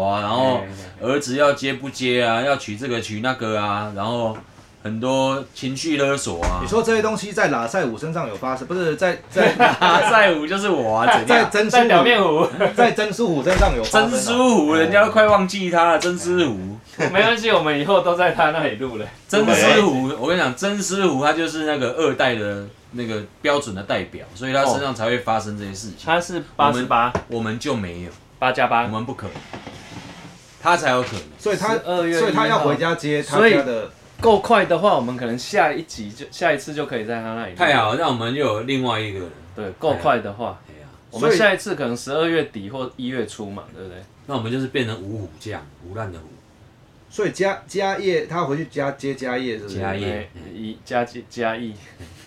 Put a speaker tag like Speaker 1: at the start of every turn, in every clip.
Speaker 1: 啊，然后
Speaker 2: 哎
Speaker 1: 儿子要接不接啊，要娶这个娶那个啊，然后很多情绪勒索啊
Speaker 3: 你。说这些东西在拉塞武身上有发生，不 是在在
Speaker 1: 啊，赛武就是我 啊，怎
Speaker 3: 在
Speaker 1: 样？
Speaker 3: 真
Speaker 2: 在
Speaker 3: 师
Speaker 2: 表
Speaker 3: 虎
Speaker 2: 面糊，
Speaker 3: 在真师虎身上有发生
Speaker 1: 真
Speaker 3: 啊
Speaker 1: 舒服，人家都快忘记他了。真师傅，
Speaker 2: 没关系，我们以后都在他那里录了。
Speaker 1: 真师傅，我跟你讲，真师傅他就是那个二代的那个标准的代表，所以他身上才会发生这些事
Speaker 3: 哦
Speaker 1: 情。
Speaker 2: 他是八十八，
Speaker 1: 我们就没有，
Speaker 2: 八加
Speaker 1: 我
Speaker 2: 八，
Speaker 1: 们不可能，他才有可能。
Speaker 3: 所以他
Speaker 2: 12月
Speaker 3: 所以他要
Speaker 2: 1号
Speaker 3: 回家接他
Speaker 2: 所以
Speaker 3: 家的
Speaker 2: 够快的话，我们可能下一集就下一次就可以在他那里录。
Speaker 1: 太好了，那我们又有另外一个人。
Speaker 2: 对，够快的话，
Speaker 1: 哎呀，
Speaker 2: 我们
Speaker 3: 所以
Speaker 2: 下一次可能十二月底或一月初嘛，对不对？
Speaker 1: 那我们就是变成五虎将，胡乱的虎，
Speaker 3: 所以家家业，他回去家接家业是不
Speaker 1: 家
Speaker 3: 是？
Speaker 1: 业
Speaker 2: 对一加加加一，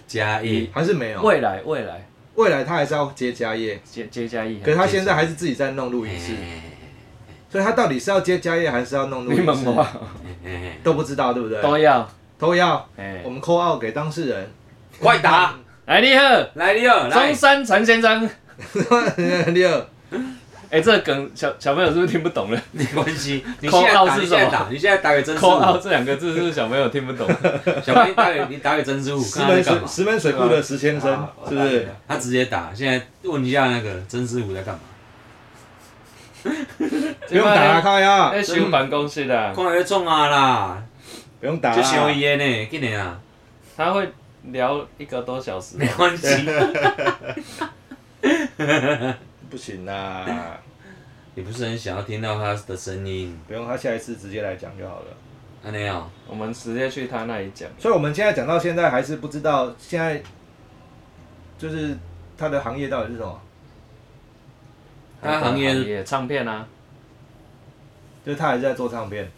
Speaker 1: 加一。
Speaker 3: 还是没有？
Speaker 2: 未来未来
Speaker 3: 未来他还是要接家业，
Speaker 2: 接接加一。
Speaker 3: 可是他现在还是自己在弄录音室，所以他到底是要接家业还是要弄录
Speaker 2: 你
Speaker 3: 音
Speaker 2: 们
Speaker 3: 室？
Speaker 2: 吗？
Speaker 3: 都不知道，对不对？
Speaker 2: 都要
Speaker 3: 都要，
Speaker 2: 哎
Speaker 3: 我，们扣二给当事人。
Speaker 1: 快打！
Speaker 2: 来你好，
Speaker 1: 来，你二来
Speaker 2: 中，山陈先生。
Speaker 3: 六，
Speaker 2: 哎，这个梗小小朋友是不是听不懂了？
Speaker 1: 没关系。你现在打，你现在打，你现在打给真师
Speaker 2: 扣奥
Speaker 1: 傅，
Speaker 2: 这两个字是不是小朋友听不懂？
Speaker 1: 小朋友打给你打给真师傅，
Speaker 3: 石
Speaker 1: 看他在
Speaker 3: 门
Speaker 1: 干
Speaker 3: 水
Speaker 1: 嘛？
Speaker 3: 石门水库的石先生
Speaker 2: 啊
Speaker 3: 是不是？
Speaker 1: 他直接打。现在问一下那个真师傅在干嘛？
Speaker 3: 不用打啊，靠呀
Speaker 2: 在，修办公室的啊，
Speaker 1: 看来在创啊啦，
Speaker 3: 不用打
Speaker 1: 就小
Speaker 3: 啊。
Speaker 1: 伊的呢，今年啊，
Speaker 2: 他会聊一个多小 时。
Speaker 1: 没关系。
Speaker 3: 不行啊 啦，
Speaker 1: 你不是很想要听到他的声音？
Speaker 3: 不用他下一次直接来讲就好了。
Speaker 1: 安尼哦，
Speaker 2: 我们直接去他那里讲。
Speaker 3: 所以我们现在讲到现在还是不知道现在就是他的行业到底是什么，
Speaker 2: 啊
Speaker 1: 他行业
Speaker 2: 也唱片啊，
Speaker 3: 就是他还是在做唱片。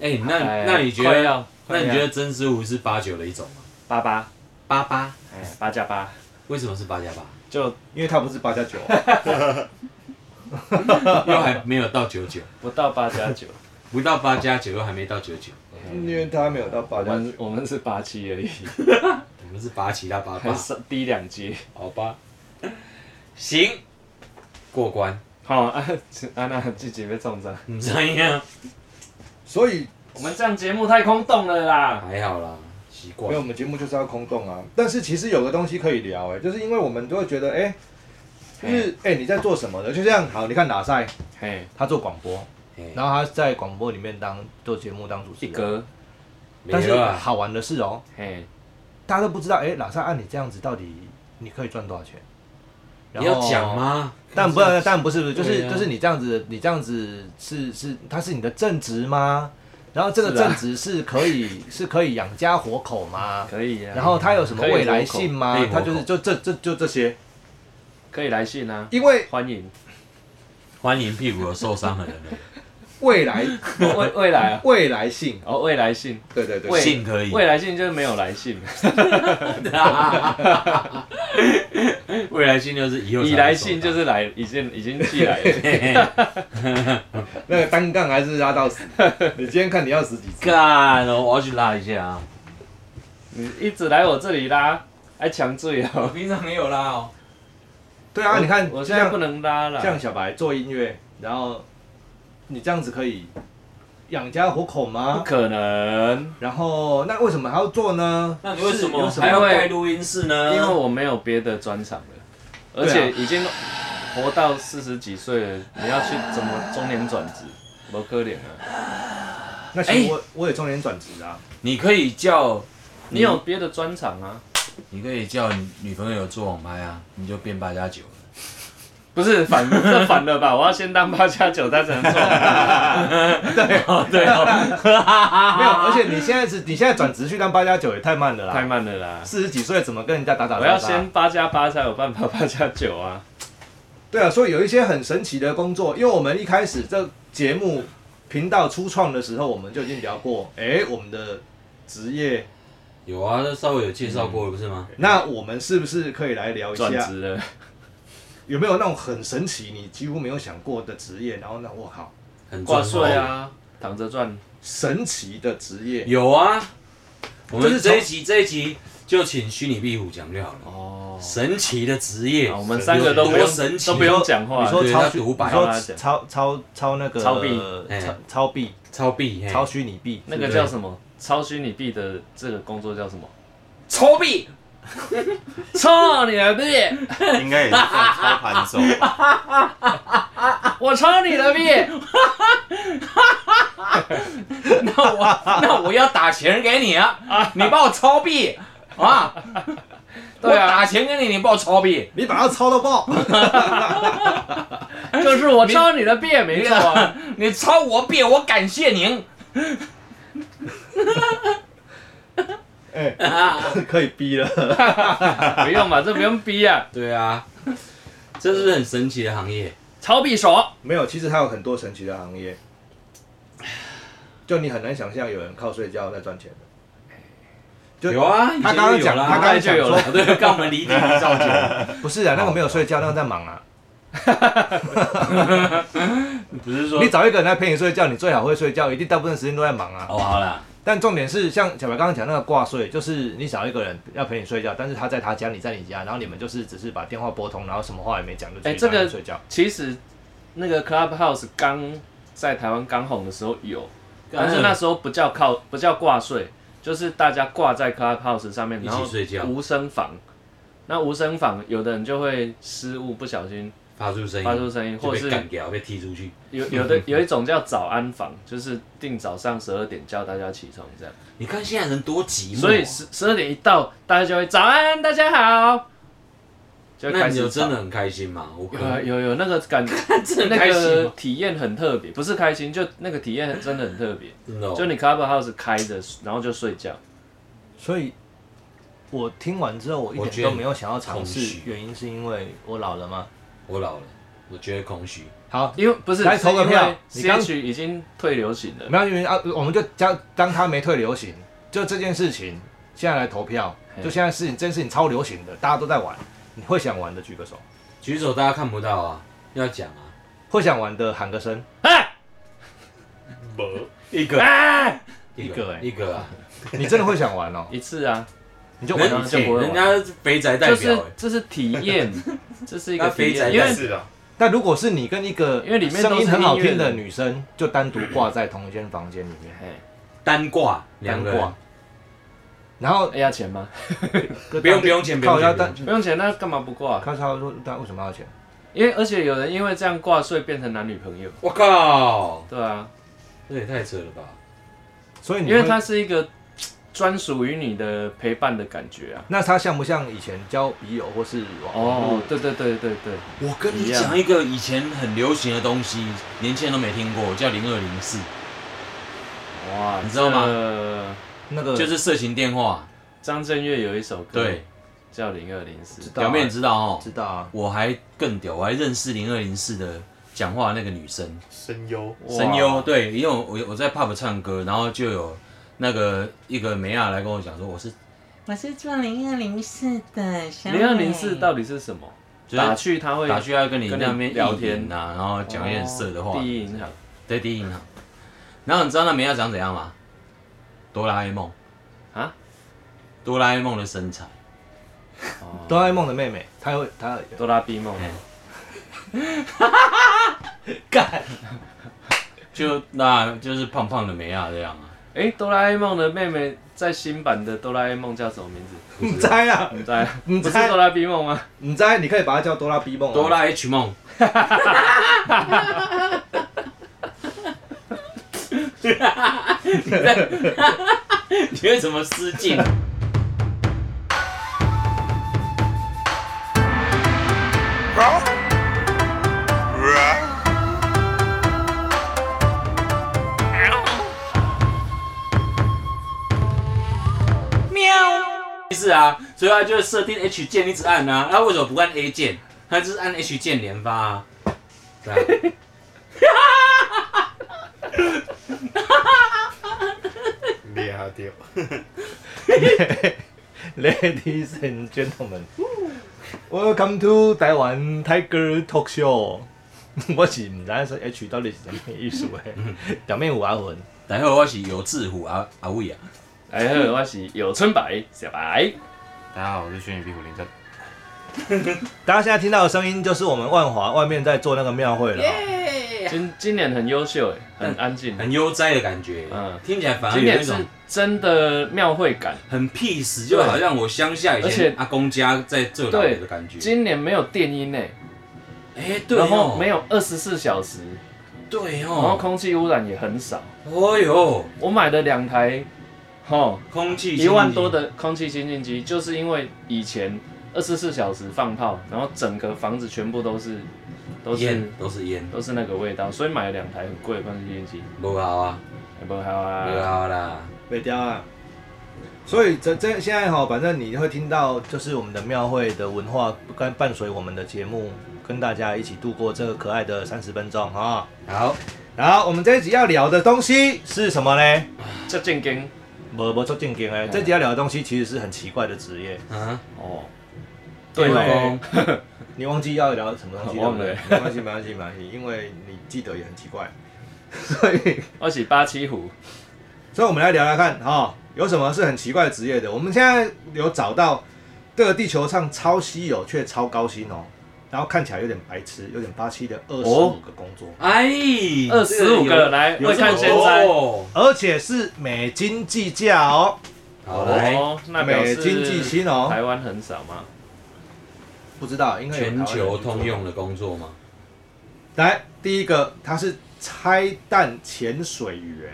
Speaker 1: 哎，那
Speaker 2: 哎
Speaker 1: 那你觉
Speaker 2: 快
Speaker 1: 得？
Speaker 2: 要
Speaker 1: 那你
Speaker 2: 快要
Speaker 1: 觉得真师傅是八九的一种吗？
Speaker 2: 八八
Speaker 1: 八八，
Speaker 2: 哎八加八
Speaker 1: 为什么是八加八？
Speaker 2: 就
Speaker 3: 因为他不是八加九，啊
Speaker 1: 又还没有到九九，
Speaker 2: 不到八加九，
Speaker 1: 不到八加九又还没到九九，
Speaker 3: 因为他没有到 八
Speaker 2: 我
Speaker 3: 加
Speaker 2: 们
Speaker 3: 九。
Speaker 2: 我们是八七而已，
Speaker 1: 我们是八七到八
Speaker 2: 还
Speaker 1: 八，
Speaker 2: 是低两级。
Speaker 1: 好吧？行，过关，
Speaker 2: 好啊 啊那自己被中招。
Speaker 1: 你怎样？
Speaker 3: 所以，
Speaker 2: 我们这样节目太空洞了啦。
Speaker 1: 还好啦，习
Speaker 3: 因为我
Speaker 1: 惯。
Speaker 3: 们节目就是要空洞啊。但是其实有个东西可以聊、哎，就是因为我们都会觉得，哎、
Speaker 2: 嗯
Speaker 3: 就是哎、你在做什么的？就像好，你看哪赛，
Speaker 2: 嘿，
Speaker 3: 他做广播，
Speaker 1: 嘿
Speaker 3: 然后他在广播里面当做节目当主持
Speaker 2: 一
Speaker 3: 人。
Speaker 2: 格
Speaker 3: 但
Speaker 1: 没
Speaker 3: 是
Speaker 1: 有啊，
Speaker 3: 好玩的是哦、
Speaker 2: 嘿，
Speaker 3: 大家都不知道，哎、哪赛按你这样子到底你可以赚多少钱？然
Speaker 1: 你
Speaker 3: 后
Speaker 1: 要讲？吗？
Speaker 3: 但不，但不是不是，就
Speaker 1: 对
Speaker 3: 是
Speaker 1: 啊
Speaker 3: 就是你这样子，你这样子是是，它是你的正职吗？然后这个
Speaker 2: 是啊
Speaker 3: 正职是可以是可以养家活口吗？
Speaker 2: 可以啊。
Speaker 3: 然后它有什么未来性吗
Speaker 1: 可以？活口
Speaker 3: 它就是就这这就这些，
Speaker 2: 可以来信啊，
Speaker 3: 因为
Speaker 2: 欢迎
Speaker 1: 欢迎屁股有受伤的人了，
Speaker 3: 未 来
Speaker 2: 未未来啊，
Speaker 3: 未来性，
Speaker 2: 哦未来信，
Speaker 3: 对对
Speaker 2: 未
Speaker 3: 对，
Speaker 1: 信可以。
Speaker 2: 未来信就是没有来信。
Speaker 1: 未来信就是以后才会
Speaker 2: 已来 信就是是来，已经已经寄来了。
Speaker 3: 那个单杠还是拉 到死，你今天看你要死几次？
Speaker 1: 干哦，我要去拉一下啊！
Speaker 2: 你一直来我这里拉，还强制
Speaker 1: 我
Speaker 2: 哦。
Speaker 1: 平常没有拉哦，
Speaker 3: 对啊，你看，
Speaker 2: 我
Speaker 3: 就
Speaker 2: 现在
Speaker 3: 像
Speaker 2: 不能拉了。
Speaker 3: 像小白做音乐，然后你这样子可以养家活口
Speaker 2: 不
Speaker 3: 吗？
Speaker 2: 可能，
Speaker 3: 然后那为什么还要做呢？
Speaker 1: 那你为什么
Speaker 3: 是有
Speaker 1: 还要盖录音室呢？
Speaker 2: 因为我没有别的专场了，而且已经活到四十几岁了，你要去怎么中年转职？不可怜啊！
Speaker 3: 那其
Speaker 1: 哎
Speaker 3: 实我、我也中年转职啊，
Speaker 1: 你可以叫
Speaker 2: 你有别的专场啊？
Speaker 1: 你可以叫你女朋友做网拍啊，你就变八加九了。
Speaker 2: 不 是反这反了吧？我要先当八加九，他才 能做。
Speaker 1: 哦，对哦，
Speaker 3: 没有，而且你现在是你现在转职去当八加九也太慢了
Speaker 2: 太
Speaker 3: 啦，
Speaker 2: 慢了啦！
Speaker 3: 四十几岁怎么跟人家打打
Speaker 2: 我
Speaker 3: 杀
Speaker 2: 要
Speaker 3: 杀
Speaker 2: 先八加八才有办法八加九啊！
Speaker 3: 对啊，所以有一些很神奇的工作，因为我们一开始这节目频道初创的时候，我们就已经聊过，哎、我们的职业，
Speaker 1: 有啊，这稍微有介绍过不是吗？
Speaker 3: 那我们是不是可以来聊一
Speaker 2: 啊转
Speaker 3: 下，
Speaker 2: 职了，
Speaker 3: 有没有那种很神奇，你几乎没有想过的职业？然后呢，我靠，
Speaker 1: 很
Speaker 2: 挂啊
Speaker 1: 赚
Speaker 2: 税啊，躺着赚。
Speaker 3: 神奇的职业，
Speaker 1: 有啊，我们
Speaker 3: 就是从
Speaker 1: 这一集这一集就请虚拟壁虎讲就好了。
Speaker 2: 哦，
Speaker 1: 神奇的职业，
Speaker 2: 好啊我们三个都不
Speaker 1: 有
Speaker 2: 用
Speaker 1: 多神奇，啊
Speaker 2: 都不用讲话，
Speaker 3: 你说
Speaker 1: 对
Speaker 3: 超
Speaker 1: 他
Speaker 3: 虚
Speaker 1: 独白
Speaker 3: 你说
Speaker 2: 让他讲
Speaker 3: 超超超那个
Speaker 2: 超币
Speaker 1: 哎
Speaker 3: 超超币，
Speaker 1: 超币，嘿
Speaker 3: 超虚拟币，
Speaker 2: 那个叫什么？超虚拟币的这个工作叫什么？
Speaker 1: 超币，
Speaker 2: 操你的币！
Speaker 4: 应该也是算操盘手吧？
Speaker 2: 我操 你的币！
Speaker 1: 那我那我要打钱给你啊，你帮我超币啊，我
Speaker 2: 对啊
Speaker 1: 打钱给你，你帮我超币，
Speaker 3: 你把它抄到爆，
Speaker 2: 就是我抄你的币，没错啊。
Speaker 1: 你超我币，我感谢您。
Speaker 3: 哎， 可以逼了。
Speaker 1: 啊
Speaker 2: 不用嘛，这不用逼啊。
Speaker 1: 对啊，这是很神奇的行业。
Speaker 2: 抄币手，
Speaker 3: 没有，其实还有很多神奇的行业，就你很难想象有人靠睡觉在赚钱的。就
Speaker 1: 有啊，以前
Speaker 3: 他刚刚
Speaker 1: 就有
Speaker 3: 讲，
Speaker 1: 啦
Speaker 3: 他刚刚讲
Speaker 2: 有
Speaker 3: 说
Speaker 2: 了
Speaker 1: 啊 对，跟我们离地造久，
Speaker 3: 不是啊，那个没有睡觉，那个在忙啊。
Speaker 1: 不是说
Speaker 3: 你找一个人来陪你睡觉，你最好会睡觉，一定大部分时间都在忙啊。
Speaker 1: 哦好啦，
Speaker 3: 但重点是，像小白刚刚讲那个挂睡，就是你找一个人要陪你睡觉，但是他在他家，你在你家，然后你们就是只是把电话拨通，然后什么话也没讲就
Speaker 2: 哎
Speaker 3: 去
Speaker 2: 这个
Speaker 3: 睡觉。
Speaker 2: 其实那个 Clubhouse 刚在台湾刚红的时候有，
Speaker 1: 嗯
Speaker 2: 但是那时候不叫靠，不叫挂睡，就是大家挂在 Clubhouse 上面，
Speaker 1: 一
Speaker 2: 然后
Speaker 1: 起睡觉
Speaker 2: 无声房。那无声房，有的人就会失误，不小心
Speaker 1: 发出声音，
Speaker 2: 发出声音，
Speaker 1: 就
Speaker 2: 或
Speaker 1: 被
Speaker 2: 是
Speaker 1: 干掉，被踢出去。
Speaker 2: 有有的有一种叫早安房，就是定早上十二点叫大家起床这样，
Speaker 1: 你看现在人多寂寞，
Speaker 2: 所以十十二点一到，大家就会早安，大家好，就会
Speaker 1: 那
Speaker 2: 开
Speaker 1: 你
Speaker 2: 始
Speaker 1: 有真
Speaker 2: 吵
Speaker 1: 的很开心吗？我
Speaker 2: 有啊有有那个感觉，
Speaker 1: 真的
Speaker 2: 那
Speaker 1: 很开心
Speaker 2: 个
Speaker 1: 吗，
Speaker 2: 体验很特别，不是开心，就那个体验真的很特别，
Speaker 1: 真的哦
Speaker 2: 就你 Clubhouse 开着，然后就睡觉，
Speaker 3: 所以，我听完之后，我一
Speaker 1: 我觉
Speaker 3: 点
Speaker 1: 得
Speaker 3: 都没有想要尝
Speaker 1: 空
Speaker 3: 试
Speaker 1: 虚，
Speaker 3: 原因是因为我老了吗？
Speaker 1: 我老了，我觉得空虚。
Speaker 3: 好，
Speaker 2: 因为不是
Speaker 3: 来投个票你刚
Speaker 2: CH 已经退流行了，
Speaker 3: 没有，因为啊，我们就将当他没退流行，就这件事情，现在来投票，
Speaker 2: 嘿
Speaker 3: 就现在事情，这件事情超流行的，大家都在玩，你会想玩的举个手，
Speaker 1: 举手大家看不到啊，要讲啊。
Speaker 3: 会想玩的喊个声，
Speaker 2: 哎
Speaker 1: 一个
Speaker 2: 哎，，
Speaker 3: 一个欸
Speaker 1: 一个啊，
Speaker 3: 你真的会想玩哦
Speaker 2: 一次啊，
Speaker 3: 你就玩
Speaker 1: 人
Speaker 3: 啊
Speaker 2: 了就不会
Speaker 1: 人
Speaker 2: 玩
Speaker 1: 家是肥宅代
Speaker 2: 就是
Speaker 1: 表欸，
Speaker 2: 这是体验， 这是一个
Speaker 1: 那肥
Speaker 2: 体验，
Speaker 1: 宅
Speaker 2: 因
Speaker 1: 但
Speaker 2: 为
Speaker 4: 是的，
Speaker 3: 但如果是你跟一个
Speaker 2: 因为里面都
Speaker 3: 声
Speaker 2: 是
Speaker 3: 音很好
Speaker 2: 音乐
Speaker 3: 听的
Speaker 2: 人
Speaker 3: 女生，就单独挂在同一间房间里面，
Speaker 2: 哎
Speaker 1: 单挂两
Speaker 3: 单
Speaker 1: 个
Speaker 3: 挂
Speaker 1: 人，，
Speaker 3: 然后
Speaker 2: 哎要钱吗？
Speaker 3: 不
Speaker 1: 不用不用钱，不用
Speaker 3: 靠腰
Speaker 1: 钱不
Speaker 3: 单
Speaker 1: 用钱。，
Speaker 2: 不用钱，那干嘛不挂？
Speaker 3: 靠腰说他为什么要钱？
Speaker 2: 因为而且有人因为这样挂睡变成男女朋友，
Speaker 1: 我靠，
Speaker 2: 对啊，
Speaker 1: 这也太扯了吧！
Speaker 3: 所以你
Speaker 2: 因为
Speaker 3: 会
Speaker 2: 它是一个专属于你的陪伴的感觉啊。
Speaker 3: 那他像不像以前交笔友或是网络
Speaker 2: 哦，对对对对对，
Speaker 1: 我跟你
Speaker 2: 一样
Speaker 1: 讲一个以前很流行的东西，年轻人都没听过，叫零二零四，
Speaker 2: 哇，
Speaker 1: 你知道吗
Speaker 2: 这？
Speaker 3: 那个
Speaker 1: 就是色情电话。
Speaker 2: 张震岳有一首歌，
Speaker 1: 对，，
Speaker 2: 叫《零二零四
Speaker 3: 知》，道啊
Speaker 1: 表面知道哦。
Speaker 3: 知道啊，
Speaker 1: 我还更屌，我还认识零二零四的讲话那个女生，
Speaker 4: 声优
Speaker 2: 哇
Speaker 1: 声优。对，因为我我我在 pub 唱歌，然后就有那个一个梅亚来跟我讲说，我是
Speaker 5: 我是做零二零四的小
Speaker 2: 零二零四
Speaker 5: 美
Speaker 2: 到底是什么？
Speaker 1: 就是
Speaker 2: 打去他会
Speaker 1: 打去要跟你
Speaker 2: 跟你
Speaker 1: 那边
Speaker 2: 聊
Speaker 1: 意
Speaker 2: 天
Speaker 1: 淫啊，然后讲一些很色的话，
Speaker 2: 哦第一银行
Speaker 1: 对，第一银行。然后你知道那梅亚长怎样吗？哆啦 A 梦，
Speaker 2: 啊，
Speaker 1: 哆啦 A 梦的身材，
Speaker 2: 哦
Speaker 3: 哆啦 A 梦的妹妹，她会她
Speaker 2: 哆啦 A 梦，
Speaker 1: 哎干，就那就是胖胖的梅亚这样啊。
Speaker 2: 哎，哆啦 A 梦的妹妹在新版的哆啦 A 梦叫什么名字？
Speaker 3: 你猜啊，
Speaker 2: 你在？
Speaker 3: 你
Speaker 2: 不是
Speaker 3: 猜
Speaker 2: 哆啦 A 梦吗？
Speaker 3: 你猜，你可以把它叫哆啦 B 梦啊，
Speaker 1: 哆啦 H 梦，你为什么失禁？是啊，所以他就设定 H 键一直按啊，他为什么不按 A 键？他就是按 H 键连发啊。对啊，
Speaker 4: 厉害掉，
Speaker 3: Ladies and gentlemen, welcome to 台湾 Tiger Talk Show 。 我是唔知说 H 到底是什么意思诶，表面有阿文，
Speaker 1: 然后我是有志虎阿阿伟啊，
Speaker 2: 哎呵，我是有春白小白，
Speaker 4: 大家好，我是轩宇壁虎林正。
Speaker 3: 大家现在听到的声音就是我们万华外面在做那个庙会了。
Speaker 1: 耶，
Speaker 2: 今今年很优秀哎，很安静，
Speaker 1: 嗯很悠哉的感觉，嗯
Speaker 2: 嗯，
Speaker 1: 听起来反而
Speaker 2: 今
Speaker 1: 有
Speaker 2: 年
Speaker 1: 一
Speaker 2: 是
Speaker 1: 种
Speaker 2: 真的庙会感。
Speaker 1: 很 peace，就好像我乡下以
Speaker 2: 而且
Speaker 1: 前阿公家在这老的感觉。
Speaker 2: 今年没有电音哎，
Speaker 1: 哎，对
Speaker 2: 然后
Speaker 1: 哦，
Speaker 2: 没有二十四小时，
Speaker 1: 对
Speaker 2: 然后
Speaker 1: 哦，
Speaker 2: 空气污染也很少。
Speaker 1: 哦哟，
Speaker 2: 我买了两台，吼，
Speaker 1: 空气
Speaker 2: 一万多的空气清净机，就是因为以前二十四小时放炮，然后整个房子全部都是都是
Speaker 1: 烟都是烟，
Speaker 2: 都是那个味道，所以买了两台很贵的空气清净机，
Speaker 1: 不好啊，
Speaker 2: 也不好
Speaker 1: 不
Speaker 2: 啊。
Speaker 1: 好啦，
Speaker 3: 北雕啊。所以这这现在哈、反正你会听到，就是我们的庙会的文化跟伴随我们的节目，跟大家一起度过这个可爱的三十分钟哈。
Speaker 2: 啊
Speaker 1: 好，
Speaker 3: 然后我们这一集要聊的东西是什么呢？
Speaker 2: 这健根
Speaker 3: 我我做正经哎，这集要聊的东西其实是很奇怪的职 业，
Speaker 1: 嗯，
Speaker 2: 哦，
Speaker 3: 对
Speaker 1: 电
Speaker 3: 哦
Speaker 1: 工，
Speaker 3: 你忘记要聊什么东西
Speaker 2: 忘了
Speaker 3: 对不 对没关系，没关系，没关系，因为你记得也很奇 怪，所以
Speaker 2: 二喜八七虎，
Speaker 3: 所以我们来聊聊看哈、有什么是很奇怪的职业的？我们现在有找到这个地球上超稀有却超高薪哦，然后看起来有点白痴、有点八七的二十五个工作，
Speaker 1: 哎，
Speaker 2: 二十五
Speaker 1: 这有
Speaker 2: 个来
Speaker 1: 有
Speaker 2: 会看
Speaker 1: 这
Speaker 2: 先
Speaker 1: 么
Speaker 2: 猜。
Speaker 1: 多
Speaker 3: 而且是美金计价哦，
Speaker 1: 好来，
Speaker 2: 哦，那表示
Speaker 3: 美金计薪哦
Speaker 2: 台湾很少嘛。
Speaker 3: 不知道应该有台
Speaker 1: 全
Speaker 3: 湾人去做
Speaker 1: 球通。用的工作吗？
Speaker 3: 来，第一个他是拆弹潜水员，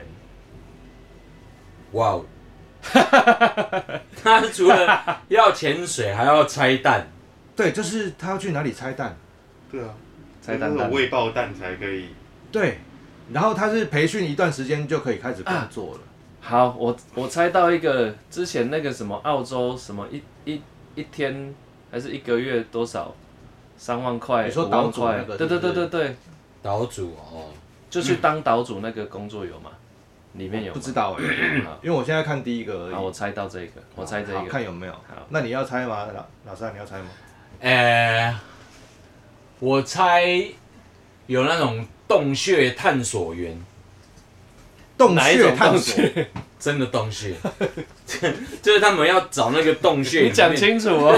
Speaker 1: 哇哦，他除了要潜水，还要拆弹，
Speaker 3: 对，就是他要去哪里拆弹，
Speaker 4: 对啊，
Speaker 2: 拆
Speaker 4: 那
Speaker 2: 蛋
Speaker 4: 种
Speaker 2: 蛋
Speaker 4: 未爆弹才可以。
Speaker 3: 对，然后他是培训一段时间就可以开始工作了。
Speaker 2: 好，我我猜到一个，之前那个什么澳洲什么一一一天还是一个月多少，三万块，
Speaker 3: 你说
Speaker 2: 五万
Speaker 3: 岛主
Speaker 2: 块
Speaker 3: 那个
Speaker 2: 对对
Speaker 3: 是不是
Speaker 2: 对对对，
Speaker 1: 岛主哦，
Speaker 2: 就去当岛主那个工作有吗？里面有
Speaker 3: 不
Speaker 2: 吗
Speaker 3: 知道哎、
Speaker 2: 好
Speaker 3: 因为我现在看第一个而已。
Speaker 2: 好，我猜到这个，我猜这
Speaker 3: 好
Speaker 2: 个
Speaker 3: 看有没有？
Speaker 2: 好
Speaker 3: 那你要猜吗？老老三，你要猜吗？
Speaker 1: 呃，我猜有那种洞穴探索员，
Speaker 3: 洞
Speaker 2: 哪一
Speaker 3: 穴
Speaker 2: 种
Speaker 3: 探
Speaker 2: 洞
Speaker 3: 索，
Speaker 2: 穴？
Speaker 1: 真的洞穴， 就是他们要找那个洞穴，
Speaker 2: 你讲清楚 哦。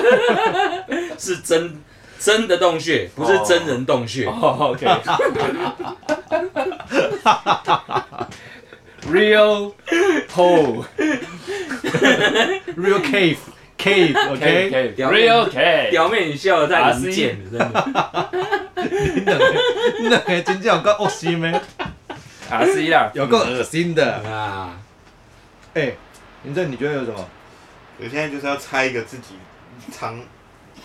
Speaker 1: 是真真的洞穴，不是真人洞穴。
Speaker 2: 哦，OK。Real hole
Speaker 3: real cave
Speaker 2: K
Speaker 3: cave OK，
Speaker 2: K Real K，
Speaker 1: 表妹，你笑的太灵见了，真的。
Speaker 3: 那个真正有够恶心咩？
Speaker 2: 卡西啦，
Speaker 3: 哦有够恶心
Speaker 2: 嗯
Speaker 3: 的。
Speaker 1: 啊，
Speaker 3: 哎，林正，你觉得有什么？
Speaker 4: 我现在就是要猜一个自己 常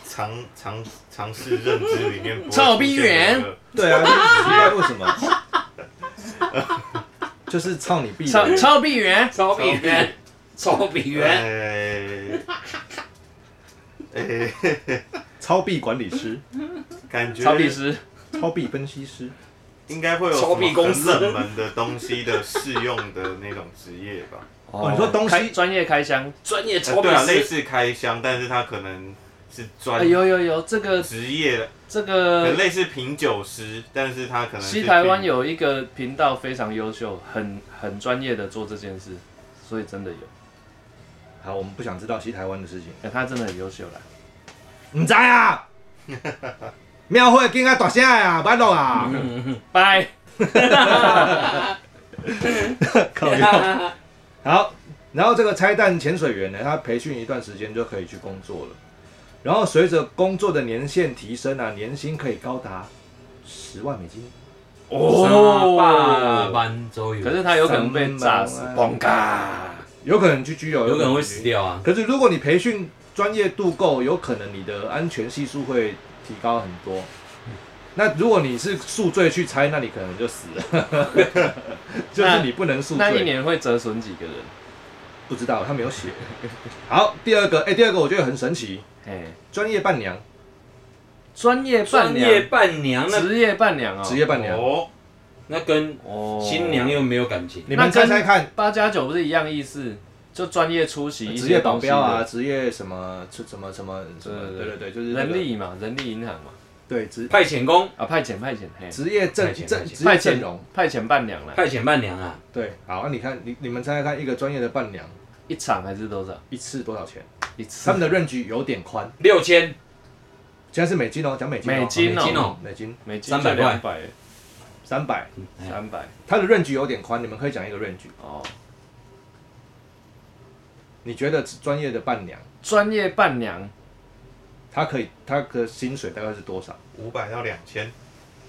Speaker 4: 常常尝试认知里面不会
Speaker 1: 臭逼人
Speaker 4: 出现的
Speaker 3: 对啊，就是奇怪为什么？ 就是操你逼
Speaker 2: 超
Speaker 3: 的！
Speaker 2: 超臂猿，
Speaker 1: 超比元，超比
Speaker 4: 那个
Speaker 1: 元，
Speaker 4: 哎哎，
Speaker 3: 超币管理 师、
Speaker 4: 感觉
Speaker 2: 超臂师。
Speaker 3: 超币分析师，
Speaker 4: 应该会有
Speaker 1: 超屁
Speaker 4: 什么
Speaker 1: 公
Speaker 4: 很
Speaker 1: 司
Speaker 4: 冷门的东西的试用的那种职业吧？
Speaker 3: 哦你说东西
Speaker 2: 开专业开箱？
Speaker 1: 专业
Speaker 4: 呃
Speaker 1: 超比
Speaker 4: 对啊，类
Speaker 1: 师，
Speaker 4: 似开箱，但是它可能是
Speaker 3: 啊
Speaker 4: 专
Speaker 2: 哎有有有，这个
Speaker 4: 职业的，
Speaker 2: 这
Speaker 4: 可
Speaker 2: 个
Speaker 4: 能类似品酒师，但是它可能是
Speaker 2: 西台湾
Speaker 4: 品
Speaker 2: 有一个频道非常优秀，很很专业的做这件事，所以真的有，
Speaker 3: 好，我们不想知道西台湾的事情。
Speaker 2: 哎他真的很优秀啦。
Speaker 3: 唔知 啊，庙会更加大声的啊，不要弄啊！
Speaker 1: 嗯
Speaker 2: 拜，
Speaker 3: 靠腰 好，然后这个拆弹潜水员呢，他培训一段时间就可以去工作了。然后随着工作的年限提升啊，年薪可以高达十万美金。
Speaker 1: 哦，大，班周游，
Speaker 2: 可是他有可能被炸死，
Speaker 3: 三万
Speaker 2: 嘣嘎，
Speaker 3: 有可能去拘留，
Speaker 1: 有可能会死。掉啊。
Speaker 3: 可是如果你培训专业度够，有可能你的安全系数会提高很多。那如果你是宿醉去拆，那你可能就死了， 就是你不能宿醉。
Speaker 2: 那一年会折损几个人？
Speaker 3: 不知道，他没有写。好，第二个，哎、第二个我觉得很神奇，
Speaker 2: 哎，
Speaker 3: 专业伴娘，
Speaker 2: 专业伴
Speaker 1: 专业
Speaker 2: 娘，
Speaker 1: 伴娘，那
Speaker 2: 职业伴娘哦，
Speaker 3: 职业伴娘，
Speaker 4: 哦，
Speaker 1: 那跟
Speaker 2: 哦，
Speaker 1: 新娘又没有感情，
Speaker 3: 你们猜猜看，
Speaker 2: 八加九不是一样意思？就专业出席一些
Speaker 3: 职业保
Speaker 2: 东西
Speaker 3: 镖啊，
Speaker 2: 的，
Speaker 3: 职业什么，什什么什么什么，
Speaker 2: 对
Speaker 3: 对对对，就是那
Speaker 2: 人
Speaker 3: 个
Speaker 2: 力嘛，人力银行嘛，
Speaker 3: 对职
Speaker 1: 派遣工、
Speaker 2: 啊，派遣派遣，嘿，
Speaker 3: 职业阵
Speaker 1: 派遣
Speaker 3: 阵
Speaker 1: 派遣
Speaker 3: 职
Speaker 2: 派
Speaker 3: 业
Speaker 2: 遣
Speaker 3: 阵容，
Speaker 2: 派遣伴娘啦，
Speaker 1: 派遣伴娘啊，
Speaker 3: 对，好，那你看你你们猜猜看，一个专业的伴娘
Speaker 2: 一场还是多少？
Speaker 3: 一次多少钱？
Speaker 2: 一次？
Speaker 3: 他们的任局有点宽，
Speaker 1: 六千，
Speaker 3: 现在是美金哦，讲美金哦，
Speaker 2: 美金哦
Speaker 3: 美金哦，美金
Speaker 2: 每斤
Speaker 1: 300
Speaker 2: 两百，
Speaker 3: 哎三百，
Speaker 2: 三百
Speaker 3: 它的任局有点宽，你们可以讲一个任局。
Speaker 2: 哦。
Speaker 3: 你觉得专业的伴娘，
Speaker 2: 专业伴娘
Speaker 3: 她可以她的薪水大概是多少
Speaker 4: 五百到两千，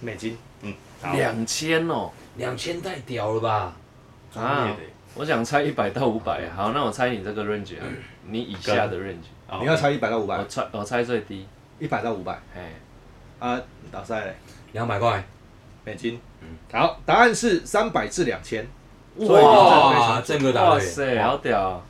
Speaker 3: 美金？好
Speaker 2: 两千哦啊
Speaker 1: 两千太屌了吧？
Speaker 4: 专
Speaker 3: 啊
Speaker 4: 业的耶
Speaker 2: 我想猜一百到五百，好，那我猜你这个 range，啊 你以下的 range，
Speaker 4: 哦
Speaker 3: 你要猜一百到五
Speaker 2: 我
Speaker 3: 百，
Speaker 2: 猜我猜最低，
Speaker 3: 一百到五百
Speaker 2: 哎，
Speaker 3: 啊，打赛嘞，
Speaker 1: 两百块，
Speaker 3: 美金。好，答案是三百至两千，所以非
Speaker 1: 哇，
Speaker 3: 常
Speaker 1: 正哥答
Speaker 2: 哇
Speaker 1: 对，
Speaker 2: 塞，好屌，